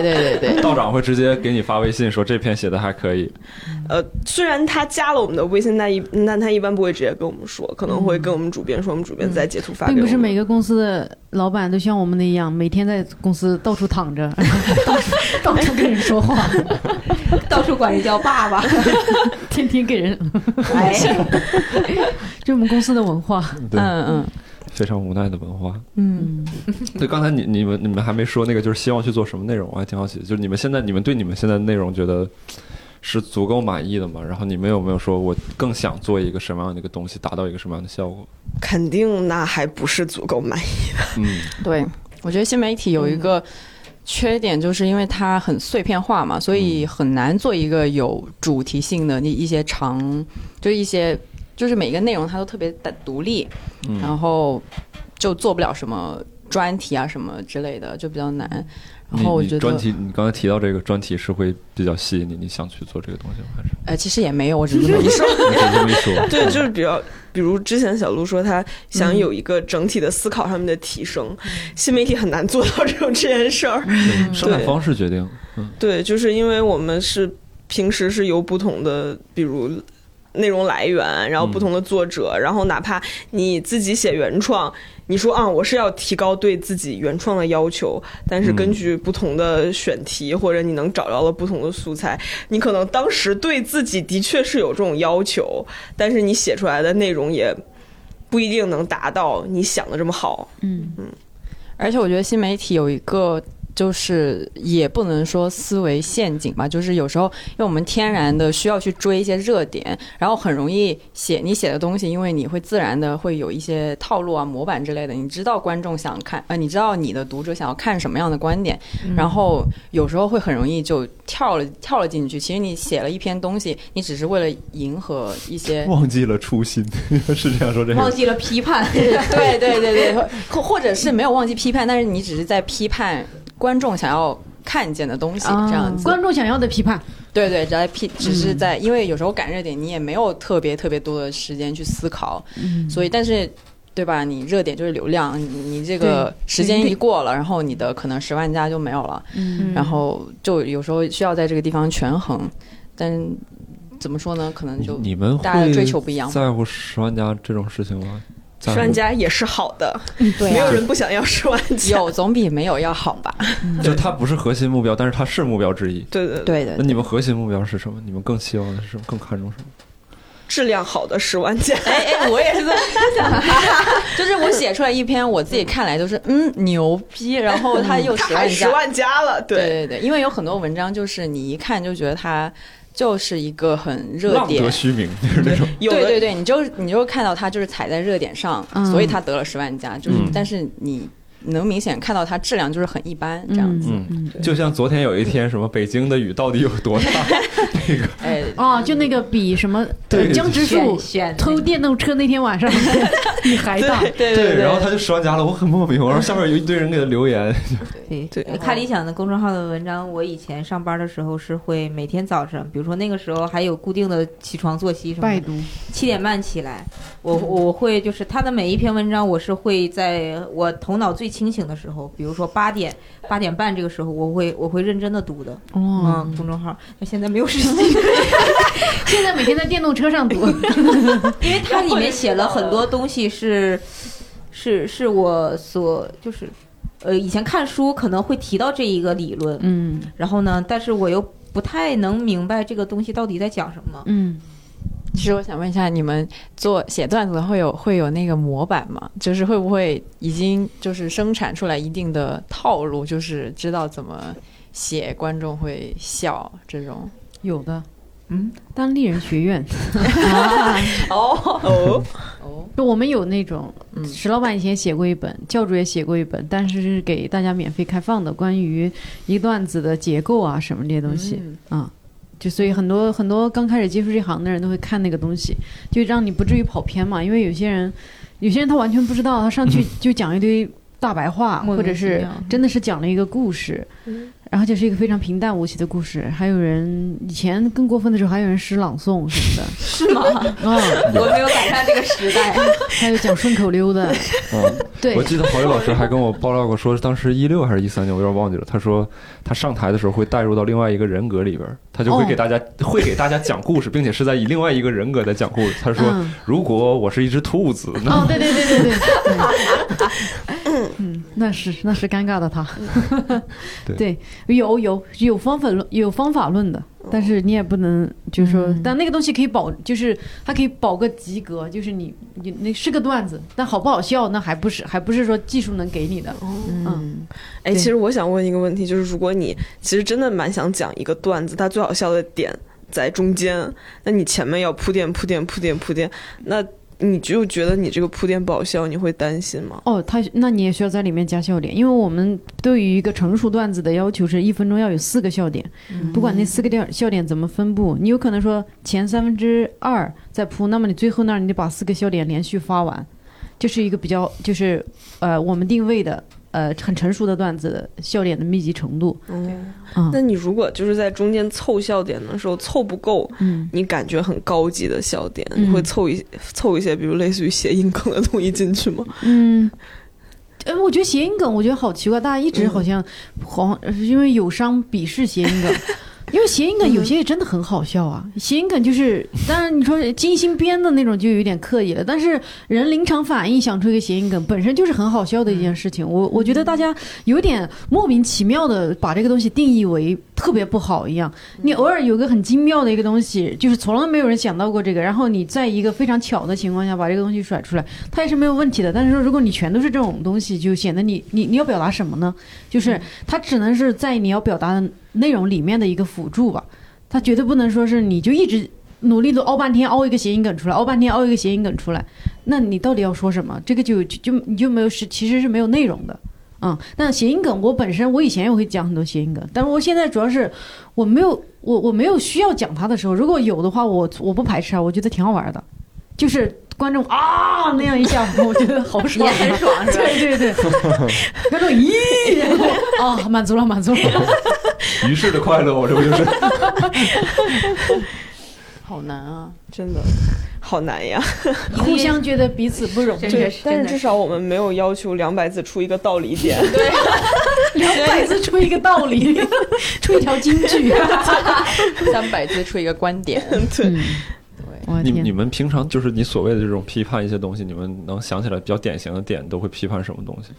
对对对对，道长会直接给你发微信说这篇写的还可以。呃，虽然他加了我们的微信，但一但他一般不会直接跟我们说，可能会跟我们主编说，我们主编再截图发给我并们。不是每个公司的老板都像我们那样，每天在公司到处躺着， (laughs) 到处到处跟人说话，到处管人叫爸爸，天天给人，哎，这是我们公司的文 (laughs) 化。(laughs) 对，嗯嗯非常无奈的文化。嗯，对，刚才你你们你们还没说那个，就是希望去做什么内容，我还挺好奇。就是你们现在你们对你们现在内容觉得是足够满意的吗？然后你们有没有说我更想做一个什么样的一个东西，达到一个什么样的效果？肯定那还不是足够满意，嗯，对，我觉得新媒体有一个缺点，就是因为它很碎片化嘛，所嗯以很难做一个有主题性的那一些长，就一些就是每个内容它都特别的独立，嗯然后就做不了什么专题啊什么之类的，就比较难。然后我嗯你觉你专得，题，你刚才提到这个专题是会比较吸引你，你想去做这个东西吗？还 (laughs) 是呃，其实也没有，我只 (laughs) 是这么一说。你就这么一说？嗯对，就是比较。比如之前小鹿说他想有一个整体的思考上面的提升，新媒体很难做到这种这件事儿，嗯生产对方式决定。嗯对，就是因为我们是平时是由不同的，比如内容来源，然后不同的作者，然后哪怕你自己写原创，你说啊，我是要提高对自己原创的要求，但是根据不同的选题、或者你能找到了不同的素材，你可能当时对自己的确是有这种要求，但是你写出来的内容也不一定能达到你想的这么好。嗯，而且我觉得新媒体有一个。就是也不能说思维陷阱吧，就是有时候因为我们天然的需要去追一些热点，然后很容易写你写的东西，因为你会自然的会有一些套路啊、模板之类的，你知道观众想看，呃，你知道你的读者想要看什么样的观点，然后有时候会很容易就跳了跳了进去。其实你写了一篇东西，你只是为了迎合一些忘记了初心， (laughs) 是这样说这忘个。记了批判。对对对对，或或者是没有忘记批判，但是你只是在批判观众想要看见的东西，这样子。啊观众想要的批判，对对，只在批，只是在，因为有时候赶热点，你也没有特别特别多的时间去思考，所以但是。对吧？你热点就是流量，你你这个时间一过了，然后你的可能十万加就没有了，嗯然后就有时候需要在这个地方权衡，但怎么说呢？可能就你们大家的会追求不一样吧在乎十万加这种事情吗？在乎十万加也是好的，嗯对啊没有人不想要十万加。有总比没有要好吧？就它不是核心目标，但是它是目标之一。 (laughs) 对对对，对的那，你们核心目标是什么？你们更希望的是什么？更看重什么？质量好的十 (laughs) 万加，哎哎，我也是这么想， (laughs) 就是我写出来一篇，我自己看来就是嗯牛逼，然后它又嗯他还十万十加，万加了，对对，对对，因为有很多文章就是你一看就觉得它就是一个很热浪点得，虚名，就是那种。有对的对对，你就你就看到它就是踩在热点上，嗯所以它得了十万加，就是、嗯但是你能明显看到它质量就是很一般这样子，嗯，就像昨天有一天，什么北京的雨到底有多大？ (laughs) 那个哎。哦，就那个比什么呃对江直树选选偷电动车那天 (laughs) 晚上你还大，对对，然后他就十万加了，我很莫名，然后下面有一堆人给他留言，对嗯对我看理想的公众号的文章，我以前上班的时候是会每天早晨，比如说那个时候还有固定的起床作息什么拜的，读，七点半起来，我我会就是他的每一篇文章，我是会在我头脑最清醒的时候，比如说八点八点半这个时候，我会我会认真的读的，哦，嗯，公众号，那现在没有时间，嗯现在每天在电动车上读，因 (laughs) 为它里面写了很多东西是是是我所就是呃以前看书可能会提到这一个理论，嗯然后呢，但是我又不太能明白这个东西到底在讲什么。嗯，其实我想问一下，你们做写段子会有会有那个模板吗？就是会不会已经就是生产出来一定的套路，就是知道怎么写观众会笑这种？有的，嗯，当丽人学院，哦 (laughs) 哦，哦，就我们有那种嗯，石老板以前写过一本，教主也写过一本，但是是给大家免费开放的，关于一段子的结构啊什么这些东西。嗯啊就所以很多很多刚开始接触这行的人都会看那个东西，就让你不至于跑偏嘛。因为有些人，有些人他完全不知道，他上去就讲一堆大白话，莫或名者其是妙真的是讲了一个故事，然后就是一个非常平淡无奇的故事。还有人以前更过分的时候，还有人诗朗诵什么的，是吗？ (laughs) 嗯，我没有赶上这个时代。还有讲顺口溜的，嗯，对我，记得郝宇老师还跟我爆料过，说当时一六还是一三年，我有点忘记了。他说他上台的时候会带入到另外一个人格里边儿，他就会哦给大家、会给大家讲故事，并且是在以另外一个人格在讲故事。他说，嗯如果我是一只兔子，那哦，对对对对对，嗯，嗯那是那是尴尬的他，对对，有有有方法论，有方法论的，但是你也不能就是说，但那个东西可以保，就是它可以保个及格，就是你你那是个段子，但好不好笑那还不是还不是说技术能给你的，嗯哎，对其实我想问一个问题，就是如果你其实真的蛮想讲一个段子，它最好笑的点在中间，那你前面要铺垫铺垫铺垫铺垫，那你就觉得你这个铺垫不好笑，你会担心吗？哦，他那你也需要在里面加笑点，因为我们对于一个成熟段子的要求是一分钟要有四个笑点，不管那四个点笑点怎么分布，你有可能说前三分之二在铺，那么你最后那儿你得把四个笑点连续发完，就是一个比较就是呃我们定位的呃很成熟的段子的笑点的密集程度，嗯，嗯那你如果就是在中间凑笑点的时候凑不够，嗯，你感觉很高级的笑点，嗯你会凑一凑一些，比如类似于谐音梗的东西进去吗？嗯，哎，我觉得谐音梗，我觉得好奇怪，大家一直好像好像、因为友商鄙视谐音梗，因为谐音梗有些也真的很好笑啊，谐音梗就是，当然你说精心编的那种就有点刻意了，但是人临场反应想出一个谐音梗，本身就是很好笑的一件事情。我我觉得大家有点莫名其妙的把这个东西定义为特别不好一样。你偶尔有个很精妙的一个东西，就是从来没有人想到过这个，然后你在一个非常巧的情况下把这个东西甩出来，它也是没有问题的。但是说如果你全都是这种东西，就显得你你你要表达什么呢？就是它只能是在你要表达的内容里面的一个辅助吧，它绝对不能说是你就一直努力的凹半天，凹一个谐音梗出来，凹半天凹一个谐音梗出来，那你到底要说什么？这个就就就你就没有是其实是没有内容的。嗯，但谐音梗我本身我以前也会讲很多谐音梗，但是我现在主要是我没有我我没有需要讲它的时候，如果有的话我我不排斥啊，我觉得挺好玩的，就是观众啊那样一下， (laughs) 我觉得好爽、也啊，很爽 (laughs) 是吧？对对 (laughs) 对，观众咦，然后哦，满足了，满足了。于是的快乐，我这不就是？好难啊！真的好难呀。 (laughs) 互相觉得彼此不容真易，的对是，但真是的至少我们没有要求两百字出一个道理点。两百字出一个道理，出一条金句。啊三百字出一个观点，对，啊我的你你天，们平常就是你所谓的这种批判一些东西，你们能想起来比较典型的点都会批判什么东西？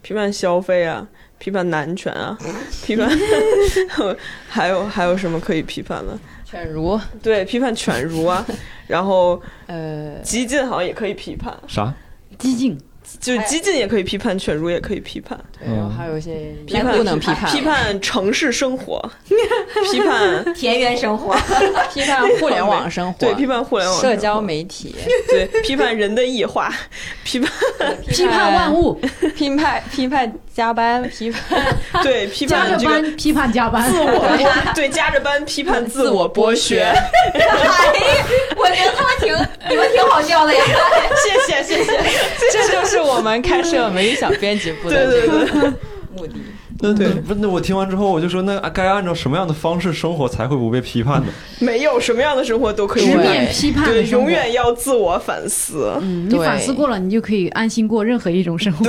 批判消费啊，批判男权啊，批判还有还有什么可以批判的？ (laughs) 犬儒，对，批判犬儒啊，然后呃，激进好像也可以批判，啥？激进，就激进也可以批判，犬儒也可以批判，对，然后还有一些批判不能批判，啊批判城市生活，批 (laughs) 判田园生活，批判互联网生活，对批判互联网生活社交媒体，对批判人的异化，批判批判万，物，批判批判加班，批判对批加判着这个班，批判加班，自我剥对加着班批判自我剥削， (laughs) 哎我觉得他们挺你们挺好笑 (laughs) 的呀。谢谢谢谢，这就是我们开设美语小编辑部对的对这对。个目的。那对，不，那我听完之后我就说，那该按照什么样的方式生活才会不被批判呢？没有什么样的生活都可以直过面来，批判的对，生永。活远要自我反思。嗯你反思过了，你就可以安心过任何一种生活。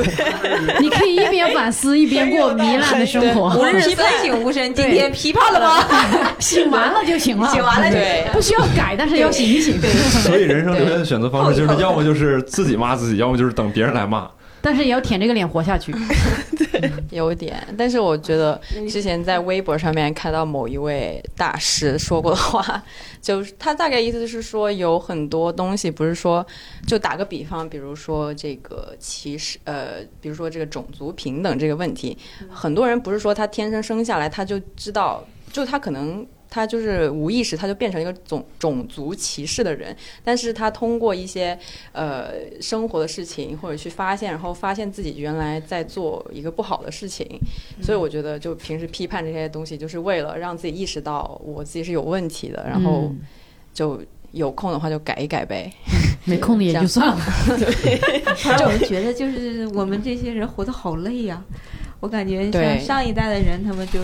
你可以一边反思一边过糜烂的生活，吾日三省吾身，今天批判了 (laughs) 吗？醒完了就行了，醒完了就对不需要改，但是要醒一醒。所以人生留下的选择方式就是，要么就是自己骂自己，要么就是等别人来骂。 (laughs) 但是也要舔着个脸活下去。有点，但是我觉得之前在微博上面看到某一位大师说过的话， (laughs) 就是他大概意思是说，有很多东西不是说，就打个比方，比如说这个歧视，呃，比如说这个种族平等这个问题，很多人不是说他天生生下来他就知道，就他可能。他就是无意识，他就变成一个种种族歧视的人，但是他通过一些呃生活的事情，或者去发现，然后发现自己原来在做一个不好的事情，所以我觉得就平时批判这些东西，就是为了让自己意识到我自己是有问题的，然后嗯就有空的话就改一改呗。没空的也就算了。我们觉得就是我们这些人活得好累呀、我感觉对像上一代的人，他们就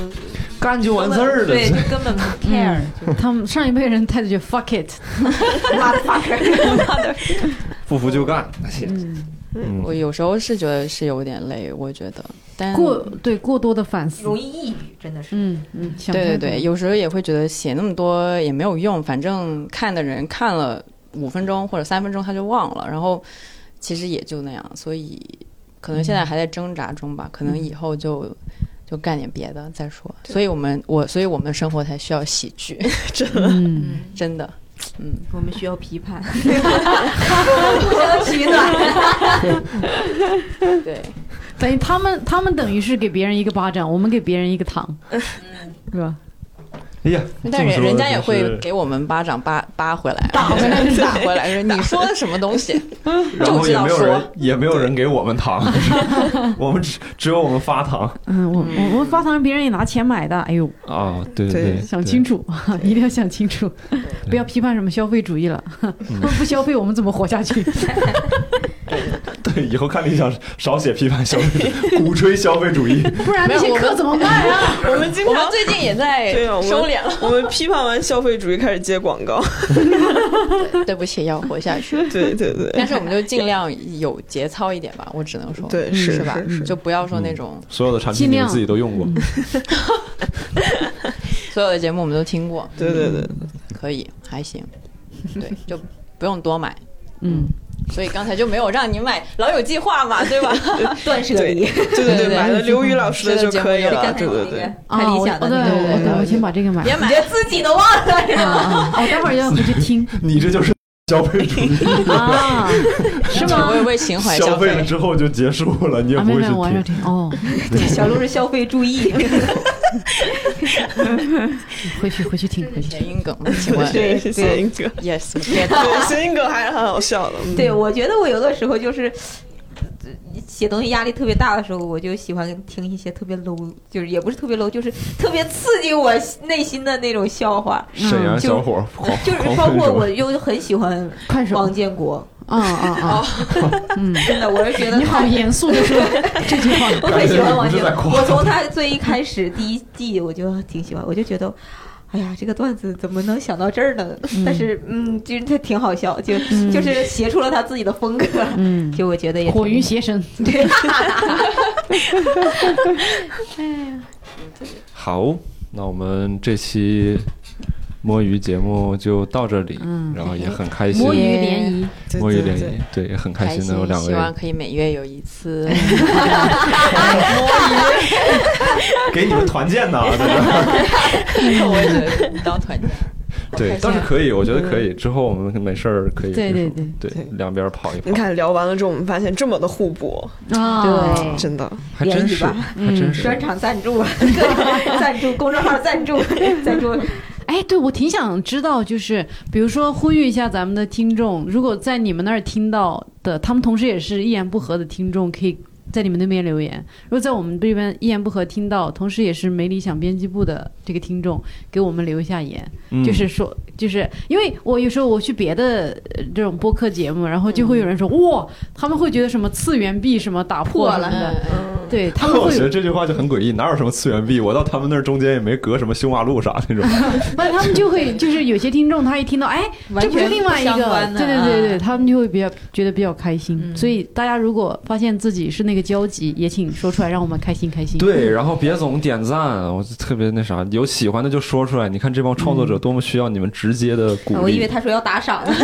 干就完事儿了。对，就根本不 (laughs) 嗯 care，他们上一辈人态度就 fuck it，妈的 fucker，不服就干。嗯我有时候是觉得是有点累，我觉得，但过对过多的反 (laughs) 思容。易抑郁，真的是。嗯嗯，想对对太多对，有时候也会觉得写那么多也没有用，反正看的人看了五分钟或者三分钟他就忘了，然后其实也就那样，所以可能现在还在挣扎中吧，可能以后就。就干点别的再说，所以我们我所以我们的生活才需要喜剧， (laughs) 嗯，真的，嗯，我们需要批判，互相取暖。对，等于他们他们等于是给别人一个巴掌，我们给别人一个糖，是吧？哎呀，但人人家也会给。给我们巴掌扒扒回来，打回 (laughs) 来打回来，说你说的什么东西？ (laughs) 然后也没有就知道人说，也没有人给我们糖， (laughs) 我们只只有我们发糖嗯，我我我发糖别人也拿钱买的，哎呦，啊！对对对，想清楚， (laughs) 一定要想清楚，不要批判什么消费主义了， (laughs) 不消费我们怎么活下 (laughs) 去？对。 (laughs) 对，以后看理想少写批判消费，主义，鼓吹消费主 (laughs) 义。不然那些课怎么办啊？我们经我们常最近也在对啊，我们收敛了，我们批判完消费主义，开始接广 (laughs) 告。对不起，要活下去。对对但对是我们就尽量有节操一点吧，我只能说，对，嗯是吧是？是就不要说那种所有的产品你尽们量自己都用过，所有的节目我们都听过，对对对，可以，还行，对，就不用多买，嗯，所以刚才就没有让你买《老友计划》嘛，对吧？断舍对离，对对对对，对买了刘宇老师的就可以是的了，啊对对对，看理想的啊我那哦对个我对我先把这个买别了。买你，连自己都忘了，啊 (laughs) 啊！我待会儿要回去 (laughs) 听你这就是消费主 (laughs) 义，啊，是吗？为为情怀消消费了费。之后就结束了，你也啊，不没有会去没有，我还没有听。听哦，小鹿是消费注意，回去回去听回去谐。音梗吗？(laughs) 请问对谐音梗， ，yes，(laughs) 别对谐音梗还是很好笑的，嗯对我觉得我有的时候就是。呃写东西压力特别大的时候，我就喜欢听一些特别 low，就是也不是特别 low，就是特别刺激我内心的那种笑话。沈阳小伙儿狂就是狂包喷括什么我又很喜欢快手，王建国，啊啊啊！嗯，真的，我是觉得你好他严肃的说这句话。我很喜欢王感觉你建不是在国，夸我从他最一开始第一季我就挺喜欢，我就觉得。哎呀，这个段子怎么能想到这儿呢？但是，嗯，就是他挺好笑，就、就是写出了他自己的风格，嗯，就我觉得也火云挺邪神，对，好，那我们这期摸鱼节目就到这里，嗯然后也很开心摸鱼，联谊，对摸鱼对联对谊，对，也很开开心心能有两，希望位可以每月有一次。给你们团建呢，在这儿我也觉得当团建，对，倒是可以，我觉得可以。之后我们没事儿可以，对对就是对，两边跑一跑你，看聊完了之后，我们发现这么的互补，啊，嗯真的，还真是，联谊吧还真是。专场赞 (laughs) 助，各种赞助，公众号赞 (laughs) 助，赞 (laughs) 助，哎，对，我挺想知道，就是比如说呼吁一下咱们的听众，如果在你们那儿听到的，他们同时也是一言不合的听众，可以在你们那边留言；如果在我们这边一言不合听到，同时也是没理想编辑部的这个听众，给我们留一下言，嗯就是说，就是因为我有时候我去别的呃这种播客节目，然后就会有人说，嗯哇，他们会觉得什么次元壁什么打破什么的，嗯对 (laughs) 他们我会觉有得这句话就很诡异，哪有什么次元壁？我到他们那儿中间也没隔什么修马路啥那 (laughs) 种。不是，他们就会就是有些听众，他一听到哎，这完不是全另外一个，不相关的对对对对，他们就会比较觉得比较开心。嗯所以大家如果发现自己是那个交集，也请说出来，让我们开心开心。对，然后别总点赞，我就特别那啥，有喜欢的就说出来。你看这帮创作者多么需要你们直接的鼓励。嗯啊我以为他说要打赏呢， (laughs)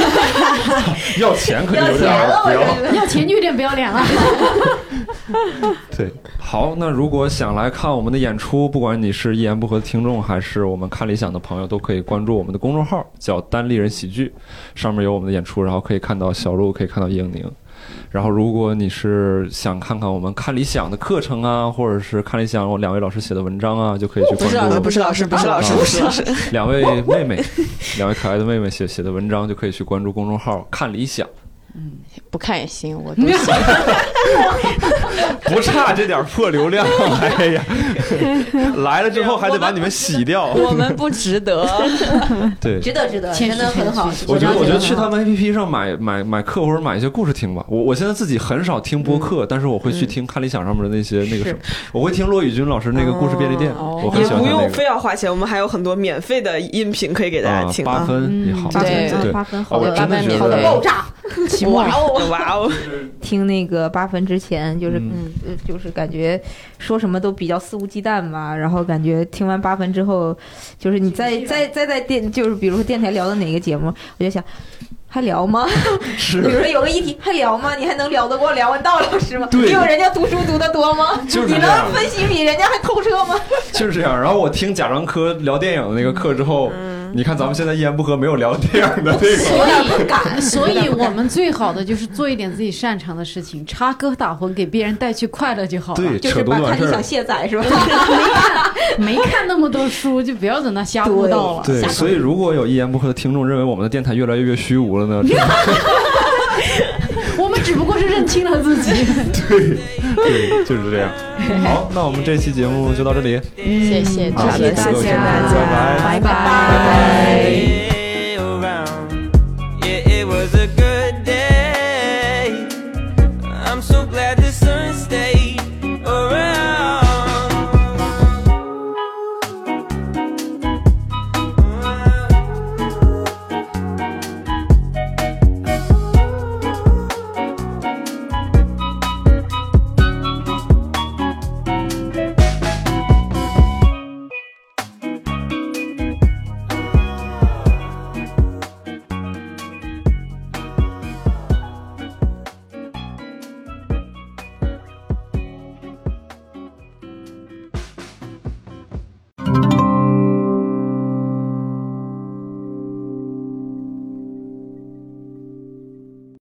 要钱可就要有钱点儿了，不我要。这要啊钱就有点不要脸 (laughs) 了。对，好，那如果想来看我们的演出，不管你是一言不合的听众，还是我们看理想的朋友，都可以关注我们的公众号，叫“单立人喜剧”，上面有我们的演出，然后可以看到小鹿，可以看到英宁。然后，如果你是想看看我们看理想的课程啊，或者是看理想我两位老师写的文章啊，就可以去关注我们哦不是老师，不是老师，不是老师，两位妹 (laughs) 妹，两位可爱的妹妹写写的文章，就可以去关注公众号“看理想 (laughs) 不看也行，我都行。”，不差这点破流量。哎 (laughs) 呀，来了之后还得把你们洗掉。我们不值得， (laughs) 对， (laughs) 值得值得，谦虚真的很好谦，虚我觉得，我觉得去很好他们 A P P 上买买买课或者买一些故事听吧。我我现在自己很少听播客，但是我会去听看理想上面的那些那个什么，我会听骆以军老师那个故事便利店，哦我很也喜欢不他那用非个。要花钱，我们还有很多免费的音频可以给大家啊，听八啊。分也好，嗯对对对，八啊分好我的真的觉好的得爆炸。期末哇哦哇哦！听那个八分之前，就是嗯嗯，呃就是感觉说什么都比较肆无忌惮吧。然后感觉听完八分之后，就是你再再再在电，就是比如说电台聊的哪个节目，我就想。还聊吗？ (laughs) 比是如说有个议题，还聊吗？你还能聊得过梁文道老师吗？对你有人家读书读得多吗？就是你这样能分析比人家还透彻吗？就是这样。然后我听贾樟柯聊电影的那个课之后，你看咱们现在一言不合没有聊电影的那 (laughs) 个。有点不敢，所以我们最好的就是做一点自己擅长的事情，插科打诨，给别人带去快乐就好了。对，就扯是犊把短看事你想儿。卸载 (laughs) 是吧？没看那么多书，就不要在那瞎胡闹了。对，所以如果有一言不合的听众认为我们的电台越来越虚无了呢，这我们只不过是认清了自己。对，对，就是这样。好，那我们这期节目就到这里。谢谢嗯好大的家。谢谢大家拜 (laughs) 拜拜 day around. Yeah, it was a good day. I'm so glad to